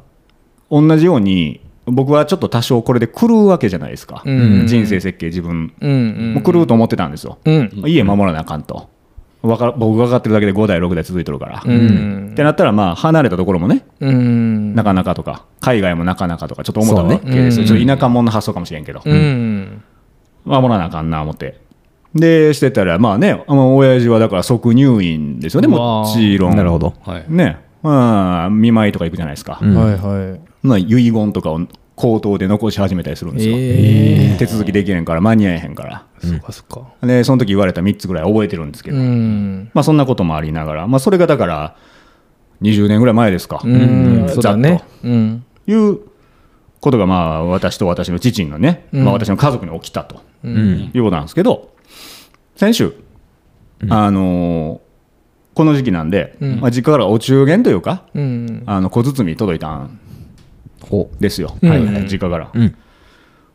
B: 同じように僕はちょっと多少これで狂うわけじゃないですか、
D: うん
B: 人生設計自分
D: うんうん
B: もう狂うと思ってたんですよ、
D: うん
B: 家守らなあかんとわか僕が分かってるだけで5代6代続いてるから、
D: う
B: っ
D: ん
B: てなったらまあ離れたところもね
D: うん
B: なかなかとか海外もなかなかとかちょっと思ったわけ
D: そうね
B: ですよ、
D: うん
B: ちょっと田舎者の発想かもしれんけど、
D: うん
B: 守らなあかんな思ってでしてたらまあねあの親父はだから即入院ですよね
D: うわー
B: もちろん
F: なるほど。
E: はい
B: ねまあ見舞いとか行くじゃないですか、
F: うん
D: はいはい
B: まあ、遺言とかを口頭で残し始めたりするんですよ、
D: ええ
B: 手続きできへんから間に合えへんから
D: そっかそっか
B: でその時言われた3つぐらい覚えてるんですけ
D: う
B: ど、
D: ん
B: まあ、そんなこともありながら、まあ、それがだから20年ぐらい前ですか、
D: うん
B: ざっと
D: そうだねうん
B: いうことがまあ私と私の父のね、
D: うん
B: まあ、私の家族に起きたと
D: う
F: うんん。
B: いうことなんですけど先週、あのーこの時期なんで、
D: うん
B: まあ、実家からお中元というか
D: うん
B: あの小包み届いたん
C: ほ
B: ですよ、
D: うん
B: はいはい実家から。
F: うん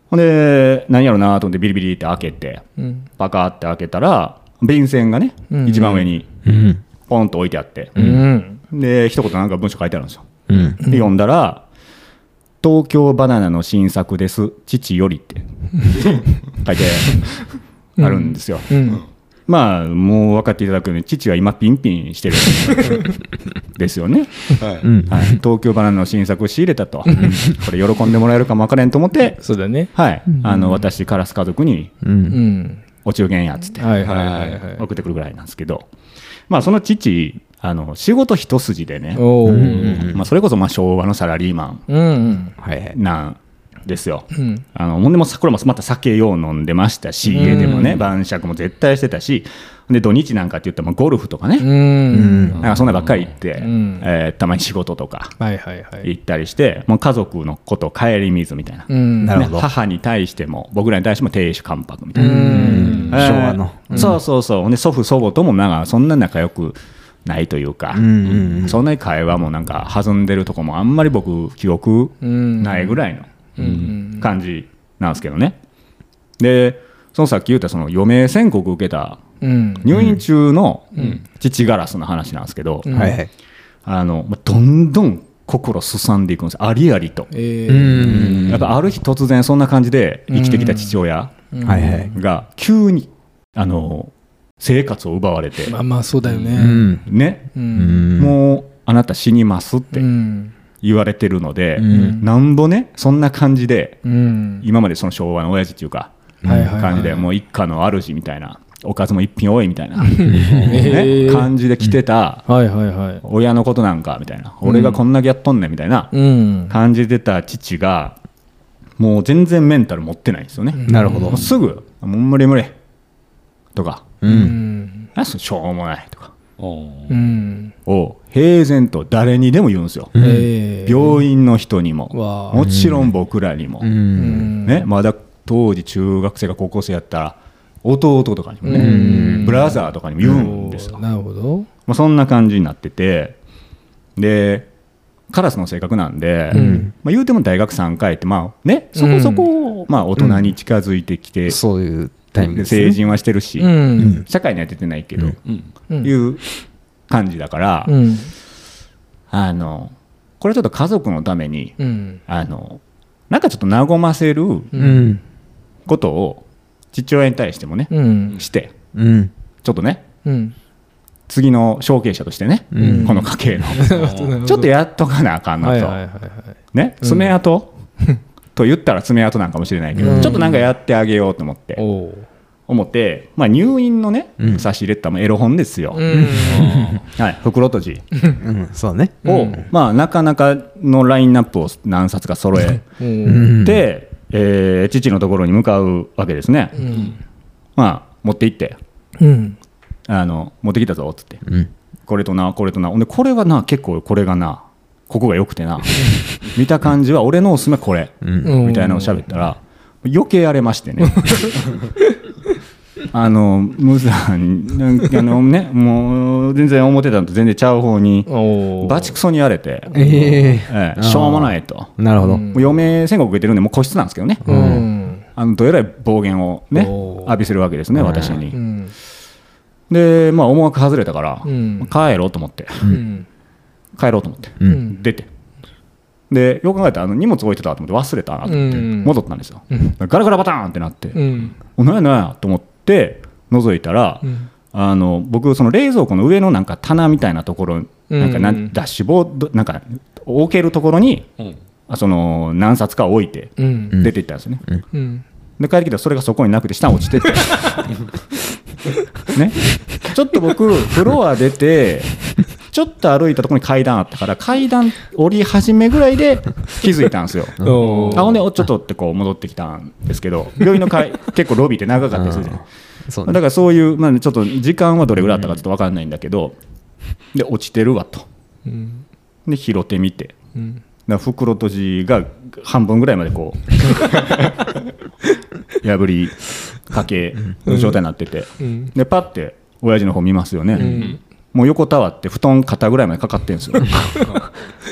B: ほんで何やろうなと思ってビリビリって開けて
D: うん
B: パカって開けたら便箋がね、
D: うん
B: 一番上に
F: うん。
B: ポンと置いてあって、
D: うん
B: で一言なんか文章書いてあるんですよ。
F: うん。
B: で読んだら「東京ばななの新作です父より」って 書いてあるんですよ。
D: うん
B: まあもう分かっていただくように父は今ピンピン してるですよね、
F: うん。
B: はい、東京ばななの新作を仕入れたとこれ喜んでもらえるかも分からへんと思って、
D: そうだね
B: はい、あの私カラス家族に
F: う。
D: うんん
B: 「お中元や」っつって、
D: はいはいはいはい
B: 送ってくるぐらいなんですけどまあその父あの仕事一筋でね、
D: おおう
F: うんん
B: まあ、それこそまあ昭和のサラリーマン
D: うん
F: はい。
B: なんですよ。
D: うん
B: あのほんでもさこれもまた酒よう飲んでましたし
D: うん
B: 家でもね晩酌も絶対してたしで土日なんかって言ったらまあゴルフとか
D: う
B: ね、
D: ん
B: なんかそんなばっかり行って、
D: ん
B: えーたまに仕事とか
D: はいはいはい
B: 行ったりしてもう家族のことを顧みずみたいな,ね、
D: うん
F: なるほど
B: 母に対しても僕らに対しても亭主関白みたいな、
F: うん。
B: えー
F: 昭和の。
B: そうそうそうほんで祖父祖母ともなんかそんな仲良くないというか、
F: うんうん
B: そんなに会話もなんか弾んでるとこもあんまり僕記憶
D: うん
B: ないぐらいの。
D: うん
B: 感じなんですけどね。で、そのさっき言ったその余命宣告受けた
D: うん
B: 入院中の父ガラスの話なんですけど、
F: うん。はいはい。
B: あのまあどんどん心すさんでいくんですよありありと。
D: え
F: う
D: え
F: ん。
B: やっぱある日突然そんな感じで生きてきた父親
F: はいはい。
B: が急にあの生活を奪われて、
D: まあまあそうだよ
F: う
D: ね
F: ん。
B: ね、
D: うん
B: もうあなた死にますって
D: うん
B: 言われてるので、
F: ん
B: なんぼねそんな感じで
D: うん
B: 今までその昭和の親父っていうか
D: はいはいはい
B: 感じでもう一家の主みたいなおかずも一品多いみたい な、
D: え
B: ね、
D: え
B: 感じで来てた
D: はいはいはい
B: 親のことなんかみたいな俺がこんだけやっとんねんみたいな
D: うん
B: 感じてた父がもう全然メンタル持ってないんですよね、
F: なるほど
B: もう。すぐ「もう無理無理」とか
F: うん。
B: 「あそしょうもない」とか
E: お
D: うん
B: を平然と誰にでも言うんですよ、
D: ええ
B: 病院の人にも
D: わあ
B: もちろん僕らにも、
F: うん。
B: ね、まだ当時中学生が高校生やったら弟とかにもね、ブラザーとかにも言うんですよ、
D: なるほど
B: まあ、そんな感じになっててでカラスの性格なんで、まあ、言うても大学3回ってまあねそこそこ、まあ、大人に近づいてきて、
F: そういうタイミング
B: で
F: ですね
B: 成人はしてるし、
D: うん
B: 社会には出てないけど、
E: うん
D: うん
B: いう感じだから、
D: うん
B: あのこれちょっと家族のために
D: うん
B: あのなんかちょっと和ませる
F: うん。
B: ことを父親に対してもね、
D: うん
B: して
F: うん。
B: ちょっとね
D: うん
B: 次の承継者としてね、
F: うん
B: この家系 のちょっとやっとかなあかんなと、
D: はいはいはいはい
B: ね爪痕、と言ったら爪痕なんかもしれないけど、
D: うん
B: ちょっとなんかやってあげようと思って、
D: おう
B: 思って、まあ、入院のね、
F: うん
B: 差し入れってまあエロ本ですよ、
D: うん
B: はい、袋とじ
F: うん。そうね。
B: を、まあ、なかなかのラインナップを何冊か揃え
D: うん
B: て、えー父のところに向かうわけですね、まあ持って行って
D: うん
B: あの持ってきたぞっつって
F: うん。
B: これとなこれとなほんでこれはな結構これがなここが良 くてな見た感じは俺のおすすめはこれ、
F: うん。
D: うん
B: みたいなのを喋ったら余計荒れましてねあの無残なんかあのねもう全然思ってたのと全然ちゃう方に
D: おー
B: バチクソに言われて、え
F: ええ
B: えしょうもないと
F: なるほど。
B: もう余命宣告受けてるんでもう個室なんですけどね、
D: うん
B: あのどえらい暴言をね
D: おー
B: 浴びせるわけですね私に、
D: うん
B: でまあ思惑外れたから、
D: うん
B: 帰ろうと思って
D: うん
B: 帰ろうと思って、
F: うん
D: うん
B: 出てでよく考えたらあの荷物置いてたと思って忘れたなと思って、
D: うん
B: 戻ったんですよ、
D: うん
B: ガラガラバターンってなって、
D: うん
B: おなんやなんやと思って覗いたら、
D: うん
B: あの僕その冷蔵庫の上のなんか棚みたいなところなんかな、
D: うん
B: ダッシュボードなんか置けるところに
E: うん
B: あその何冊か置いて
D: うん
B: 出ていったんですよね、
D: うん
B: で帰ってきたらそれがそこになくて下に落ち ててねちょっと僕フロア出てちょっと歩いたところに階段あったから階段降り始めぐらいで気づいたんです よあ
D: おー
B: ほんでおちょっとってこう戻ってきたんですけど病院の階結構ロビーって長かったりするじゃない
F: そう
B: だ
F: ね
B: からそういう、まあ、ちょっと時間はどれぐらいあったかちょっと分かんないんだけど、で落ちてるわと
D: うん
B: で拾ってみてだか
D: うん
B: ら袋とじが半分ぐらいまでこう破りかけの状態になってて、
D: うん
B: でパッて親父の方見ますよね、もう横たわって布団肩ぐらいまでかかってるんですよ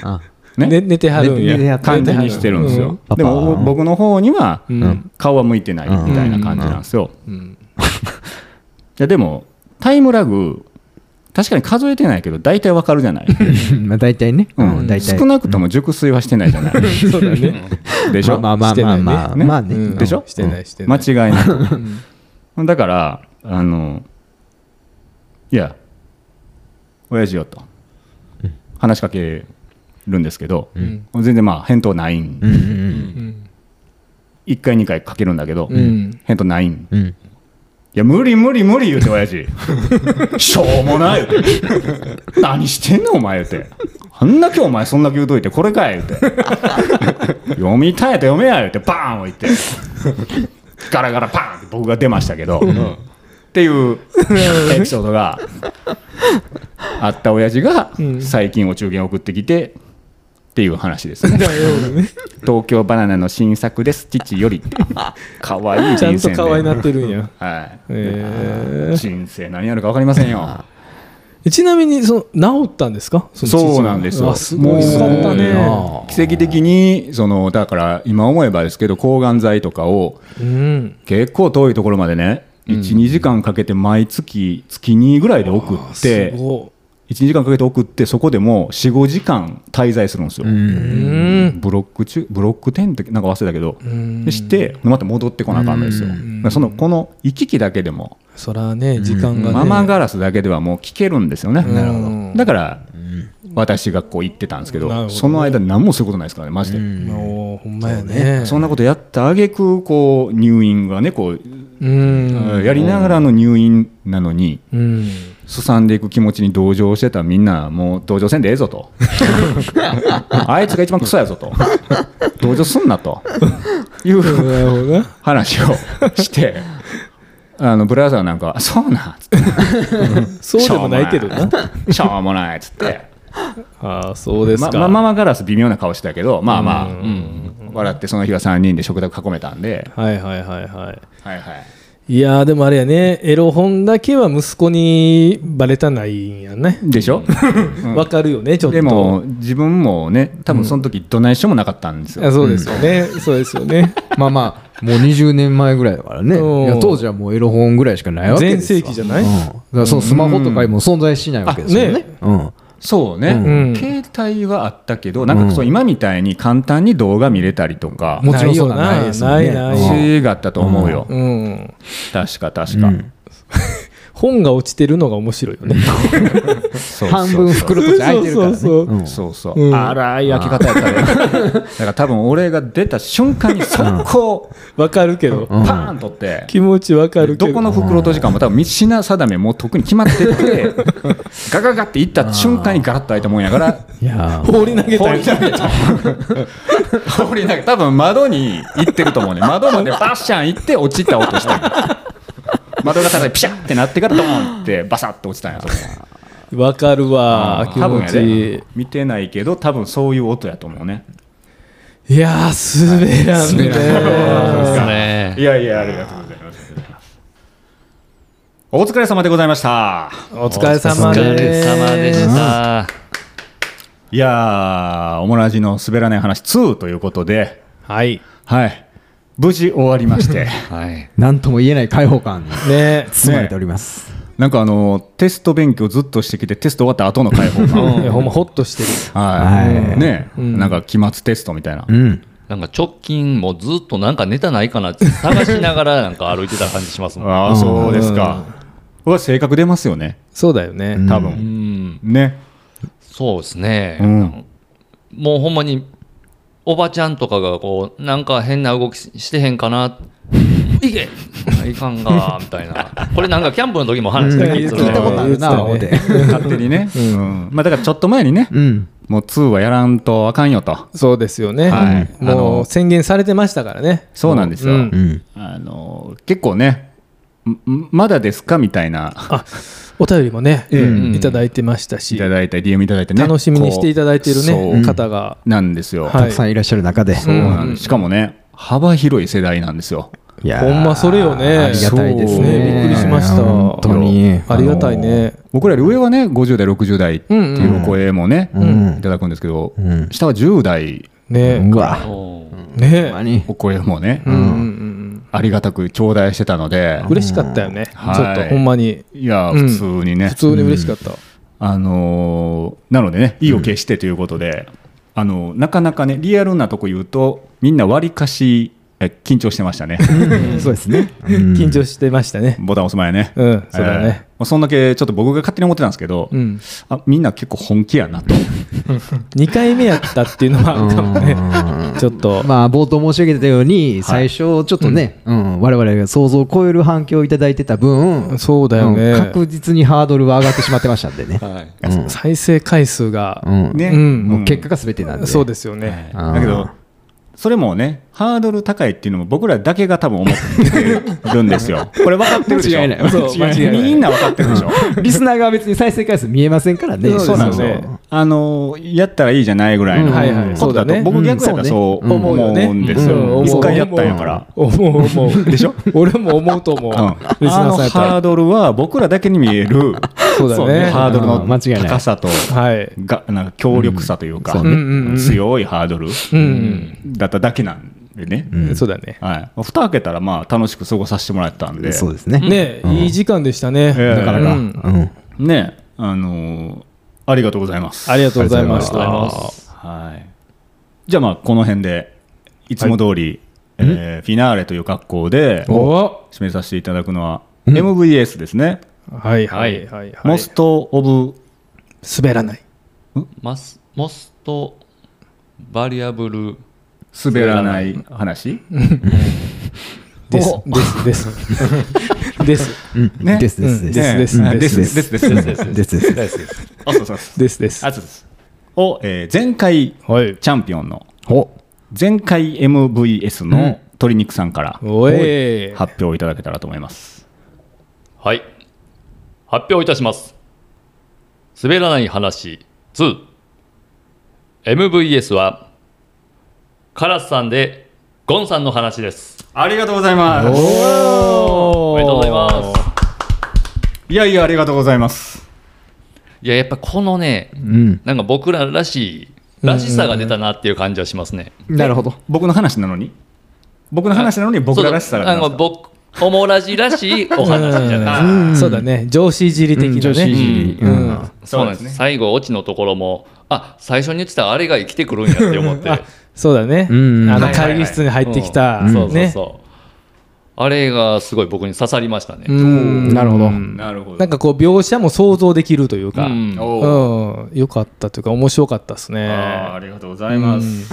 F: あ
B: ね
D: ね寝てはるんや
F: 寝てはる
B: 感じにしてるんですよ、
F: うん
B: でも僕の方には
D: うん
B: 顔は向いてないみたいな感じなんですよ、
D: うん
B: いやでもタイムラグ確かに数えてないけど大体わかるじゃない、
F: まあ大体ね。
B: う
F: うん
B: ん、
F: 大体。
B: 少なくとも熟睡はしてないじゃない
D: そうだね
B: でしょ、
F: まあまあまあまあまあ
B: ね
F: まあね。
D: うん
B: でしょ
D: してないして
B: 間
D: ない
B: 違いなく
D: うん
B: だからあのいや親父よと話しかけるんですけど、
D: ん
B: 全然まあ返答ないん、
F: うんうん
D: うん
B: 1回2回かけるんだけど、
D: うん
B: 返答ないん
F: うんうん。
B: いや無理無理無理言うて親 父しょうもない言うて何してんのお前言うてあんだけお前そんだけ言うといてこれかい言うて読みたいと読めや言うてバーン置いてガラガラパーンって僕が出ましたけど、っていうエピソードがあった親父が最近お中元送ってきてっていう話ですね東京バナナの新作です父よりって可愛い
D: ちゃ
B: 人
D: んと
B: 生
D: 可愛いなってるんや
B: はい
D: え
B: 人生何やるか分かりませんよ。
D: ーちなみにその治ったんですかの
B: そうなんですよ。
D: あすごい
B: もう
D: よかったね
B: 奇跡的にそのだから今思えばですけど抗がん剤とかを
D: うん
B: 結構遠いところまでね、12、時間かけて毎月月2ぐらいで送って
D: す、ご
B: 12時間かけて送ってそこでも45時間滞在するんですよ。
D: いうん
B: ブロック中ブロック10ってなんか忘れたけど、
D: ん
B: でしてまた戻ってこなあかんのですよ。そのこの行き来だけでも
D: そらね時間がね
B: ママガラスだけではもう聞けるんですよね、
D: なるほど
B: だから、私がこう言ってたんですけど
D: なるほどね
B: その間何もすることないですからねマジで、
D: おーほんまやね
B: そんなことやった挙句こう入院がねこう、
D: うん
B: やりながらの入院なのに
D: うん
B: すさんでいく気持ちに同情してたみんなもう同情せんでええぞと あいつが一番クソやぞと同情すんなという
D: なるほどな
B: 話をしてあのブラザーなんかは「そうなん」つって
D: そうでもないけどな
B: 「しょうもない」っつって。
D: ああそうです
B: ま
D: か
B: まママガラス微妙な顔してたけどまあまあ、うん笑ってその日は3人で食卓囲めたんで、
D: はいはいはいはい
B: はいはい、
D: いやーでもあれやねエロ本だけは息子にバレたないんやね
B: でしょ、うん
D: わかるよねちょっと
B: でも自分もね多分その時どないしようもなかったんですよ、
D: あそうですよねそうですよね
F: まあまあ、もう20年前ぐらいだからね。
D: うん
F: いや当時はもうエロ本ぐらいしかないわけで
D: 全
F: すよ。
D: 盛期じゃない
F: うんだからそのスマホとかも存在しないわけですよね。うん。
B: そうね、
D: うん
B: 携帯はあったけどなんかそう今みたいに簡単に動画見れたりとか、
F: もちろんそんなんないですもんね。
D: ないよなないない
B: しがあったと思うよ、
D: うん
B: 確か確か、
D: 本が落ちてるのが面白いよね
B: そうそうそう
F: 半分袋として開いてるからね。
D: そうそうそうん
B: そうそう、
D: うん
B: 荒い焼き方やったねだから多分俺が出た瞬間に速攻
D: わかるけど
B: パーンとって、
D: 気持ちわかるけど
B: どこの袋と時間も多分道品定めもう特に決まっててガガガって行った瞬間にガラッと開いたもんやから
F: いやー
D: 放り投げた
B: 放
D: り
B: り投げた放り投げ多分窓に行ってると思うね窓までバッシャン行って落ちた音した 窓が高いピシャッってなってからドーンってバサッと落ちたんやと思う
D: わかるわ気
B: 多分
D: 持
B: や
D: ちいい
B: で見てないけど多分そういう音やと思うね
D: いやー、滑らんね。
E: そうですね
B: いやいやありがとうございますお疲れ様でございました。
D: お疲れ様
E: お疲れ
D: です
E: 様でした。
B: いやー、オモラジの滑らない話2ということで、
D: はい
B: はい、無事終わりまして、
E: はい。
F: なんとも言えない開放感に
D: ね
F: 包まれております。
B: なんかあのテスト勉強ずっとしてきて、テスト終わった後の解放感、
D: いやほんまホッとしてる
B: は、
F: はいい
B: ね、なんか期末テストみたいな、
F: うん。
E: なんか直近もずっとなんかネタないかなって探しながらなんか歩いてた感じしますもん。
B: ああ、そうですか、これは性格出ますよね、
D: そうだよね、
F: うん
B: 多
E: う
B: 分
E: ん。
B: ね、
E: そうですね。
B: うん
E: もうほんまにおばちゃんとかがこうなんか変な動きしてへんかな。いけ。いかんがみたいな。これなんかキャンプの時も話した気がする
F: 聞いたことあるな、
D: 言
F: 思
D: っ
F: ってて。
B: 勝手に ね、うんまあだからちょっと前にね、
F: うん。
B: もう2はやらんとあかんよと、
D: そうですよね、
B: はいあ
D: も
B: の
D: う宣言されてましたからね
B: そうなんですよ。
D: うん
F: うん。
B: あの結構ね、んんまだですかみたいな、
D: あお便りもね、
E: ん
D: いただいてましたし
B: いただいたり、DM いただいてね、
D: 楽しみにしていただいている
B: こう
D: ね
B: そう
D: 方が、
B: なんですよ、
D: はい
F: たくさんいらっしゃる中で。
B: そうなんですしかもね、幅広い世代なんですよ。
F: いや
D: ほ
F: ー
D: んまそれよね
F: ありがたいです
B: そう
F: ね。
D: ねびっくりしました
F: 本当に。
D: ありがたいね
B: あの僕らより上はね、50代、60代っていうお声もね、
F: ん
B: いただくんですけど、
F: うん
B: 下は10代
D: ね
F: うわ。
E: うん
F: ほんま
D: ね
F: に。
B: お声もね、
D: うんうんうん
B: ありがたく頂戴してたので
D: うん、嬉しかったよね、
B: はい
D: ちょっとほんまに
B: いや、
D: うん
B: 普通にね
D: 普、通に嬉しかった、
B: あのーなのでね、意を決してということで、あのなかなかね、リアルなとこ言うと、みんなわりかしえ緊張してましたね、
F: そうですね。
D: 緊張してましたね
B: ボタン押す前ね。
D: うんそうだね
B: えーそんだけちょっと僕が勝手に思ってたんですけど、
D: うん
B: あみんな結構本気やなと。
D: 2回目やったっていうのはあるかもねちょっと、
F: まあ冒頭申し上げたように最初ちょっとね、うん、我々が想像を超える反響をいただいてた分
D: そうだよね
F: ん確実にハードルは上がってしまってましたんでね
E: はい。
D: 再生回数が、
F: うん
B: ね
D: うん
F: もう結果が全てなんで
D: そうですよね、
F: あー
B: だけど、それもね、ハードル高いっていうのも僕らだけが多分思ってるんです よ。これ分かってるでしょ。
F: 間違いない
D: そう間違いない
B: みんな分かってるでしょ。
F: リスナーが別に再生回数見えませんからね
D: そう
B: そうなんです
D: そう
B: よ
D: です。
B: あのやったらいいじゃないぐらいの
F: うんはいはい
B: ことだと、
D: そうだね
B: 僕逆やったらそう思うんですよ。
D: うん
B: 一回やったんやから。
D: 思う思うでしょ俺も思うと思う、
B: うん
D: リス
B: あ
D: ナー
B: の
D: さんやった
B: ハー
D: ら
B: ドルは僕らだけに見える
D: そうだ
B: そう
D: ね
B: ねハードルの
F: うん間違いない
B: 高さと
D: はい
B: がなんか強力さというか、
F: うん
D: そうねうんうんうん
B: 強いハードル
D: うん、
B: だっただけなんでね、
D: そうだね
B: はい、蓋開けたらまあ楽しく過ごさせてもらったんで
F: そうですね
D: ね、いい時間でしたね、
B: ええ
F: なかなか、
D: う
F: うんん
B: ねあのーありがとうございます
D: ありがとうございまし
B: ありがとうござい
D: た
B: ますはい、じゃあまあこの辺でいつも通り、えーフィナーレという格好で
D: お
B: 締めさせていただくのは MVS ですね、
D: はいはいはいは
B: モ
D: い
B: スト・オブ・
D: 滑らない
E: マスモストバリアブル
B: 滑らない話、
D: ですです ですです
B: ね
F: ですです
D: う
F: で
D: んです
B: ね
D: です
B: ね
D: です
B: ですですですです
F: ですですです
B: あそうそうそう
D: ですです
B: あそうですを、えー前回チ
D: はい
B: ャンピオンの
F: お
B: 前回 MVS の鶏肉さんから
D: おえ
B: 発表をいただけたらと思います
E: はい。発表いたします。滑らない話2。MVS は、カラスさんで、ゴンさんの話です。
B: ありがとうございます
E: おめでとうございます。
B: いやいやありがとうございます
E: いや、やっぱこのね、
F: うん
E: なんか僕ららしい、らしさが出たなっていう感じはしますね。
F: なるほど
B: 僕の話なのに僕の話なのに僕ららしさが出
E: そう
B: ま
E: あ
B: すか
E: の僕、おもらじらしいお話じゃない。
D: うんそうだね上司いじり的なね
F: 女子いじり
D: うん
F: うん
E: そうなんですね。最後、オチのところも、あ最初に言ってたあれが生きてくるんやって思って。
D: そうだね、
F: うん
D: あの
B: はいはいはい
D: 会議室に入ってきた、
E: うんそうそう
D: ね
E: そう、 あれがすごい僕に刺さりましたね、
D: うん
F: なるほど
B: なるほ
D: なんかこう描写も想像できるというか、う
E: うんん
B: おう
D: よかったというか面白かったですね
B: あーありがとうございます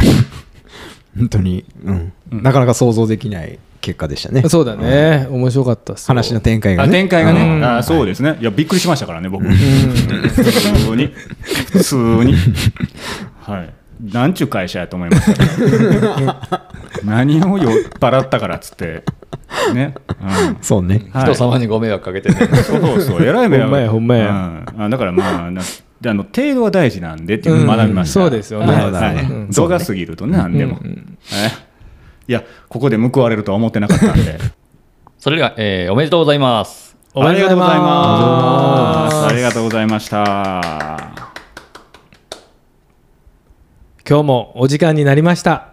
F: 本当にうんなかなか想像できない結果でしたね
D: そうだね、面白かったっすよ
F: 話の展開が
B: あ
F: ね
B: 展開が
D: うん
B: ねあーそうですねいやびっくりしましたからね僕普通に普通にはいなんちゅう会社やと思いました けど何を酔っ払ったからっつってねうん
F: そうね
B: はい
E: 人様にご迷惑かけてね、
B: そうそう、偉い目
D: ほんまやほんまや
B: あだからまあ、なであの程度は大事なんでっていうのを学びました、
D: うんそうですよね
B: はい
F: なるほど
B: はい度が過ぎるとね、なんでも。えいや、ここで報われるとは思ってなかったんで、
E: それでは、えーおめでとうございます
D: おめでとうございます
B: ありがとうございました。
D: 今日もお時間になりました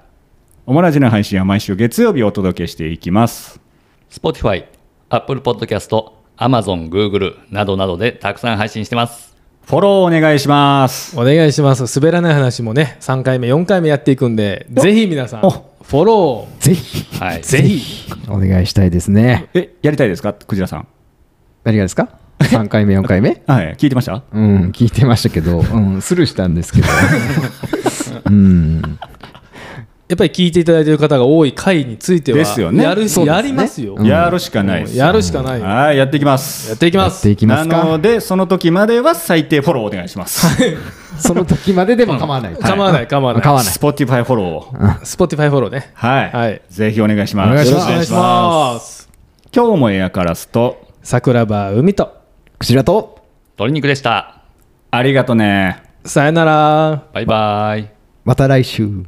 B: おもらじの配信は毎週月曜日お届けしていきます。
E: Spotify、Apple Podcast、Amazon、Google などなどでたくさん配信してます。
B: フォローお願いします。
D: お願いします滑らない話もね3回目4回目やっていくんでぜひ皆さんフ
B: お
D: ォロ
C: ぜひ
E: はい。
D: ーぜひ
C: お願いしたいですね
B: え、やりたいですかクジラさん。
C: 何がですか3回目4回目
B: はい、聞いてました
C: うん聞いてましたけど、うん、スルーしたんですけどうん
D: やっぱり聞いていただいている方が多い回については
B: ですよね
D: やる
C: そうですね
D: やりますよ、
C: うん
B: やるしかないです。
D: やるしかないよ、や
B: はい、やっていきます。
D: っていき
C: や
D: ま
C: って
D: す
C: いきます
B: なの
C: か
B: で、その時までは最低フォローお願いします。
C: その時まででも構わない
D: 構わない構わない
C: 構わない
B: Spotify フォロー。
D: Spotify フォローね
B: はい、
D: はい
B: ぜひお願いします。
C: お願いします
B: よろく
D: す
B: 今日もエアカラスと、
D: 桜庭海と
C: クジラと
E: 鶏肉でした。
B: ありがとね。
D: さよなら
E: バイバイ。
C: また来週